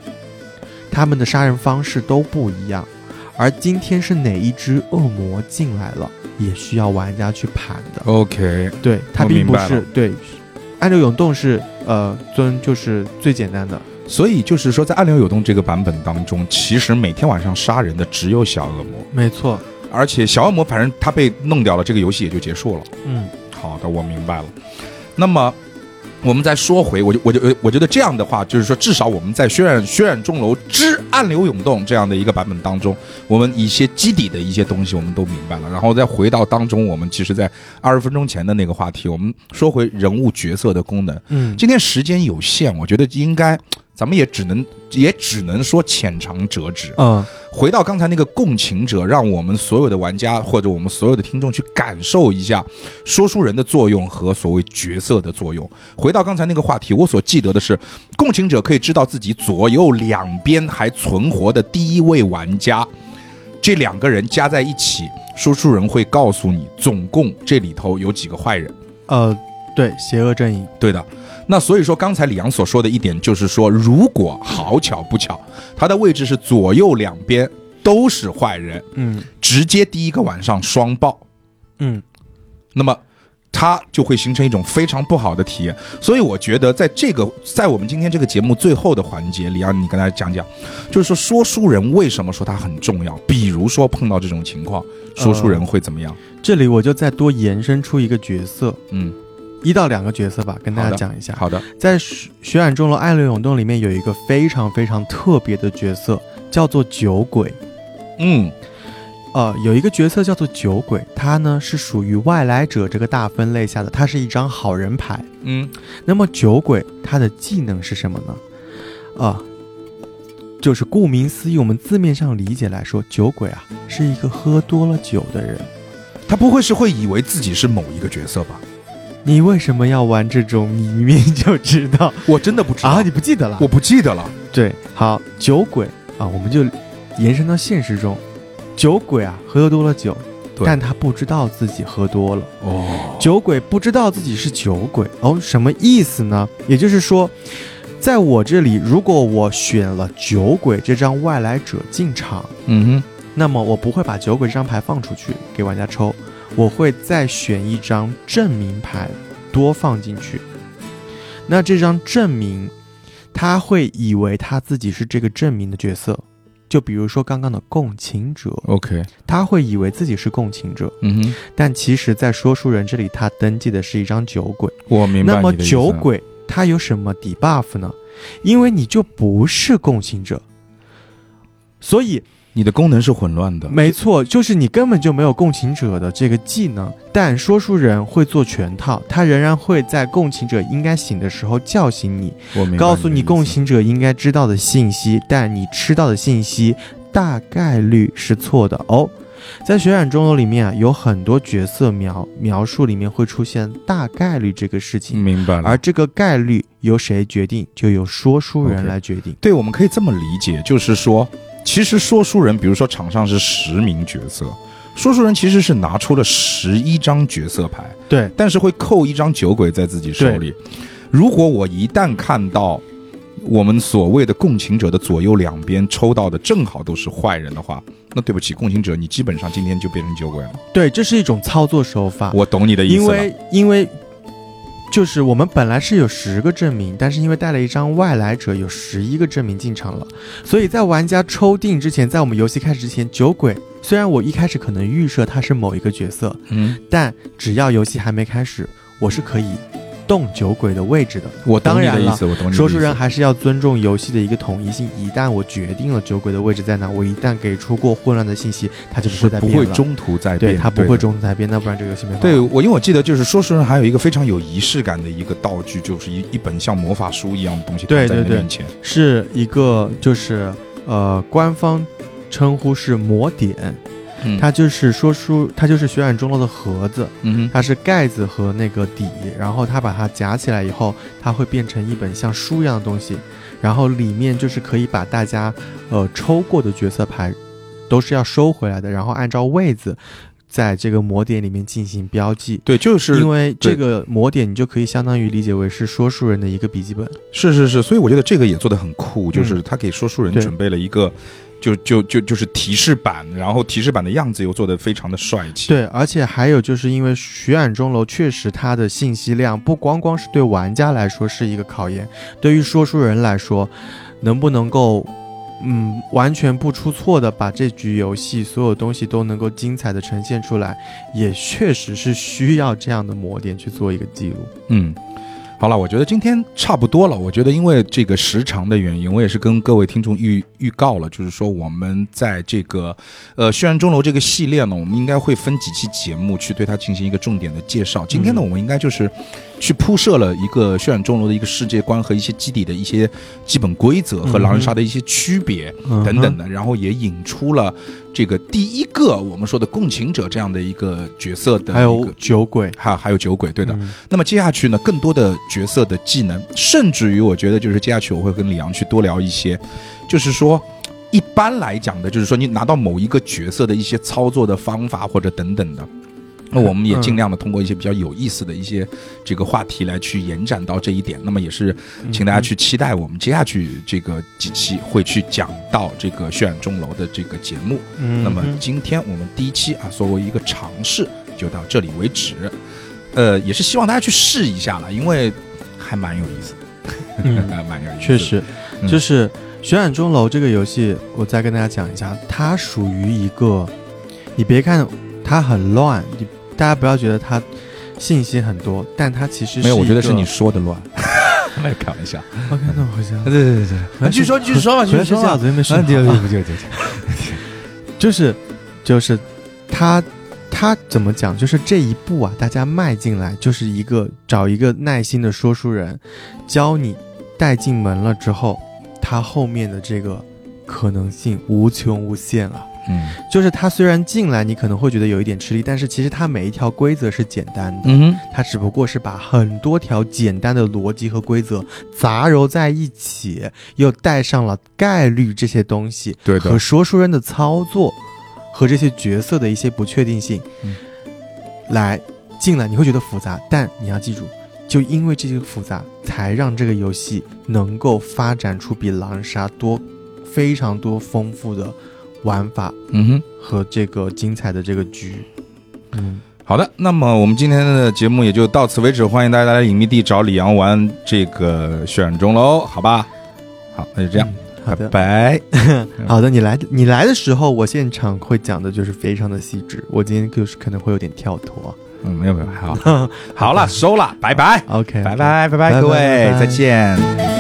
[SPEAKER 2] 他们的杀人方式都不一样。而今天是哪一只恶魔进来了，也需要玩家去盘的。
[SPEAKER 1] OK，
[SPEAKER 2] 对，它
[SPEAKER 1] 我
[SPEAKER 2] 并
[SPEAKER 1] 明
[SPEAKER 2] 不
[SPEAKER 1] 白
[SPEAKER 2] 是
[SPEAKER 1] 了
[SPEAKER 2] 对。暗流涌动是呃尊就是最简单的，
[SPEAKER 1] 所以就是说，在《暗流涌动》这个版本当中，其实每天晚上杀人的只有小恶魔，
[SPEAKER 2] 没错。
[SPEAKER 1] 而且小恶魔反正他被弄掉了，这个游戏也就结束了。
[SPEAKER 2] 嗯，
[SPEAKER 1] 好的，我明白了。那么我们再说回，我就我就呃我觉得这样的话，就是说至少我们在《血染血染钟楼之暗流涌动》这样的一个版本当中，我们一些基底的一些东西我们都明白了，然后再回到当中，我们其实在二十分钟前的那个话题，我们说回人物角色的功能。
[SPEAKER 2] 嗯，
[SPEAKER 1] 今天时间有限，我觉得应该。咱们也只能也只能说浅尝辄止。
[SPEAKER 2] 嗯
[SPEAKER 1] 回到刚才那个共情者，让我们所有的玩家或者我们所有的听众去感受一下说书人的作用和所谓角色的作用。回到刚才那个话题，我所记得的是，共情者可以知道自己左右两边还存活的第一位玩家，这两个人加在一起，说书人会告诉你总共这里头有几个坏人。
[SPEAKER 2] 呃，对，邪恶阵营，
[SPEAKER 1] 对的。那所以说，刚才李阳所说的一点就是说，如果好巧不巧，他的位置是左右两边都是坏人，
[SPEAKER 2] 嗯
[SPEAKER 1] 直接第一个晚上双爆，
[SPEAKER 2] 嗯
[SPEAKER 1] 那么它就会形成一种非常不好的体验。所以我觉得，在这个在我们今天这个节目最后的环节，李阳，你跟大家讲讲，就是说说书人为什么说他很重要？比如说碰到这种情况，说书人会怎么样？
[SPEAKER 2] 这里我就再多延伸出一个角色，
[SPEAKER 1] 嗯，
[SPEAKER 2] 一到两个角色吧，跟大
[SPEAKER 1] 好
[SPEAKER 2] 家
[SPEAKER 1] 的
[SPEAKER 2] 讲一下。
[SPEAKER 1] 好的，
[SPEAKER 2] 在血血染钟楼暗流涌动里面有一个非常非常特别的角色，叫做酒鬼。
[SPEAKER 1] 嗯
[SPEAKER 2] 呃，有一个角色叫做酒鬼，他呢是属于外来者这个大分类下的，他是一张好人牌。
[SPEAKER 1] 嗯，
[SPEAKER 2] 那么酒鬼他的技能是什么呢？啊，就是顾名思义，我们字面上理解来说，酒鬼啊是一个喝多了酒的人。
[SPEAKER 1] 他不会是会以为自己是某一个角色吧？
[SPEAKER 2] 你为什么要玩这种？你明明就知道
[SPEAKER 1] 我真的不知道
[SPEAKER 2] 啊，你不记得了？
[SPEAKER 1] 我不记得了。
[SPEAKER 2] 对，好，酒鬼啊，我们就延伸到现实中，酒鬼啊喝多了酒，
[SPEAKER 1] 对
[SPEAKER 2] 但他不知道自己喝多了。
[SPEAKER 1] 哦，
[SPEAKER 2] 酒鬼不知道自己是酒鬼哦，什么意思呢？也就是说，在我这里，如果我选了酒鬼这张外来者进场，
[SPEAKER 1] 嗯
[SPEAKER 2] 那么我不会把酒鬼这张牌放出去给玩家抽，我会再选一张证明牌多放进去。那这张证明，他会以为他自己是这个证明的角色，就比如说刚刚的共情者，
[SPEAKER 1] 哼，OK，
[SPEAKER 2] 他会以为自己是共情者，
[SPEAKER 1] 嗯哼，
[SPEAKER 2] 但其实，在说书人这里，他登记的是一张酒鬼。
[SPEAKER 1] 我明白
[SPEAKER 2] 那么
[SPEAKER 1] 你的意思啊
[SPEAKER 2] 酒鬼他有什么 debuff 呢？因为你就不是共情者，所以
[SPEAKER 1] 你的功能是混乱的，
[SPEAKER 2] 没错，就是你根本就没有共情者的这个技能，但说书人会做全套，他仍然会在共情者应该醒的时候叫醒你，
[SPEAKER 1] 我明白
[SPEAKER 2] 告诉
[SPEAKER 1] 你的
[SPEAKER 2] 你
[SPEAKER 1] 意思
[SPEAKER 2] 共。情者应该知道的信息，但你吃到的信息大概率是错的哦。在《血染钟楼》里面啊，有很多角色描描述里面会出现大概率这个事情，
[SPEAKER 1] 明白了。
[SPEAKER 2] 而这个概率由谁决定，就由说书人
[SPEAKER 1] OK
[SPEAKER 2] 来决定。
[SPEAKER 1] 对，我们可以这么理解，就是说，其实说书人，比如说场上是十名角色，说书人其实是拿出了十一张角色牌，
[SPEAKER 2] 对，
[SPEAKER 1] 但是会扣一张酒鬼在自己手里。如果我一旦看到我们所谓的共情者的左右两边抽到的正好都是坏人的话，那对不起，共情者，你基本上今天就变成酒鬼了。
[SPEAKER 2] 对，这是一种操作手法。
[SPEAKER 1] 我懂你的意
[SPEAKER 2] 啊因
[SPEAKER 1] 思了。
[SPEAKER 2] 为因为就是我们本来是有十个证明，但是因为带了一张外来者，有十一个证明进场了，所以在玩家抽定之前，在我们游戏开始之前，酒鬼虽然我一开始可能预设他是某一个角色，
[SPEAKER 1] 嗯，
[SPEAKER 2] 但只要游戏还没开始，我是可以动酒鬼的位置的。
[SPEAKER 1] 我懂你的意
[SPEAKER 2] 当
[SPEAKER 1] 思，我懂你的意思。
[SPEAKER 2] 说书人还是要尊重游戏的一个统一性，一旦我决定了酒鬼的位置在哪，我一旦给出过混乱的信息，他就不
[SPEAKER 1] 是
[SPEAKER 2] 会再
[SPEAKER 1] 不
[SPEAKER 2] 变
[SPEAKER 1] 会
[SPEAKER 2] 了。
[SPEAKER 1] 中途再变，
[SPEAKER 2] 对他不
[SPEAKER 1] 的
[SPEAKER 2] 会中途再变，那不然这个游戏没法玩。
[SPEAKER 1] 对我，因为我记得就是说书人还有一个非常有仪式感的一个道具，就是一一本像魔法书一样的东西
[SPEAKER 2] 对
[SPEAKER 1] 摆在你
[SPEAKER 2] 对对
[SPEAKER 1] 面前。
[SPEAKER 2] 是一个就是呃官方称呼是魔点，
[SPEAKER 1] 嗯
[SPEAKER 2] 它就是说书，它就是血染钟楼的盒子，
[SPEAKER 1] 嗯哼，
[SPEAKER 2] 它是盖子和那个底，然后它把它夹起来以后，它会变成一本像书一样的东西，然后里面就是可以把大家呃抽过的角色牌都是要收回来的，然后按照位子在这个魔点里面进行标记。
[SPEAKER 1] 对，就是
[SPEAKER 2] 因为
[SPEAKER 1] 对
[SPEAKER 2] 这个魔点，你就可以相当于理解为是说书人的一个笔记本。
[SPEAKER 1] 是是是，所以我觉得这个也做得很酷，就是他给说书人
[SPEAKER 2] 嗯对
[SPEAKER 1] 准备了一个。就就就就是提示板，然后提示板的样子又做得非常的帅气。，
[SPEAKER 2] 对，而且还有就是因为《血染钟楼》确实它的信息量不光光是对玩家来说是一个考验，对于说书人来说，能不能够，嗯，完全不出错的把这局游戏所有东西都能够精彩的呈现出来，也确实是需要这样的磨点去做一个记录。
[SPEAKER 1] 嗯，好了，我觉得今天差不多了。我觉得因为这个时长的原因，我也是跟各位听众预预告了，就是说我们在这个呃《轩然钟楼》这个系列呢，我们应该会分几期节目去对它进行一个重点的介绍。今天呢，
[SPEAKER 2] 嗯
[SPEAKER 1] 我们应该就是去铺设了一个《轩然钟楼》的一个世界观和一些基底的一些基本规则和
[SPEAKER 2] 嗯哼
[SPEAKER 1] 狼人杀的一些区别。
[SPEAKER 2] 嗯
[SPEAKER 1] 等等，的，然后也引出了这个第一个我们说的共情者这样的一个角色的一个，
[SPEAKER 2] 还有酒鬼，
[SPEAKER 1] 还还有酒鬼，对的。
[SPEAKER 2] 嗯
[SPEAKER 1] 那么接下去呢，更多的角色的技能，甚至于我觉得就是接下去我会跟李阳去多聊一些，就是说。一般来讲的，就是说你拿到某一个角色的一些操作的方法或者等等的，那我们也
[SPEAKER 2] 嗯
[SPEAKER 1] 尽量的通过一些比较有意思的一些这个话题来去延展到这一点。那么也是请大家去期待我们接下去这个几期会去讲到这个《血染钟楼》的这个节目。
[SPEAKER 2] 嗯，
[SPEAKER 1] 那么
[SPEAKER 2] 嗯
[SPEAKER 1] 今天我们第一期啊，作为一个尝试，就到这里为止。呃，也是希望大家去试一下了，因为还蛮有意思的，
[SPEAKER 2] 嗯
[SPEAKER 1] 蛮有意思的。
[SPEAKER 2] 确，实，
[SPEAKER 1] 嗯
[SPEAKER 2] 就是《血染钟楼》这个游戏，我再跟大家讲一下，它属于一个，你别看它很乱，你大家不要觉得它信息很多，但它其实
[SPEAKER 1] 没有，
[SPEAKER 2] 一
[SPEAKER 1] 我觉得是
[SPEAKER 2] 个
[SPEAKER 1] 你说的乱，没有 开玩笑。
[SPEAKER 2] OK，那我回家。
[SPEAKER 1] 对对对对，继续说，继续说吧，继
[SPEAKER 2] 回 来
[SPEAKER 1] 续
[SPEAKER 2] 睡
[SPEAKER 1] 说
[SPEAKER 2] 觉，
[SPEAKER 1] 吧。
[SPEAKER 2] 昨 天没睡好。
[SPEAKER 1] 对对，
[SPEAKER 2] 就是就是他他怎么讲？就是这一步啊，大家迈进来，就是一个找一个耐心的说书人，教你带进门了之后，他后面的这个可能性无穷无限啊。
[SPEAKER 1] 嗯
[SPEAKER 2] 就是他虽然进来你可能会觉得有一点吃力，但是其实他每一条规则是简单的，
[SPEAKER 1] 嗯哼，
[SPEAKER 2] 他只不过是把很多条简单的逻辑和规则杂糅在一起，又带上了概率这些东西，
[SPEAKER 1] 对
[SPEAKER 2] 和
[SPEAKER 1] 的，
[SPEAKER 2] 说书人的操作和这些角色的一些不确定性，
[SPEAKER 1] 嗯
[SPEAKER 2] 来进来你会觉得复杂，但你要记住，就因为这些复杂，才让这个游戏能够发展出比狼人杀多非常多丰富的玩法
[SPEAKER 1] 嗯哼。
[SPEAKER 2] 和这个精彩的这个局。嗯，
[SPEAKER 1] 好的，那么我们今天的节目也就到此为止，欢迎大家来隐秘地找李阳玩这个《血染钟楼》，好吧？好，那就这样，
[SPEAKER 2] 好
[SPEAKER 1] 拜
[SPEAKER 2] 的，
[SPEAKER 1] 拜。
[SPEAKER 2] 好的，你来你来的时候，我现场会讲的就是非常的细致，我今天就是可能会有点跳脱。
[SPEAKER 1] 嗯，没有没有，还好，好了，收了，拜拜。
[SPEAKER 2] OK，
[SPEAKER 1] 拜拜拜拜，各位
[SPEAKER 2] 拜拜
[SPEAKER 1] 再见。
[SPEAKER 2] 拜拜。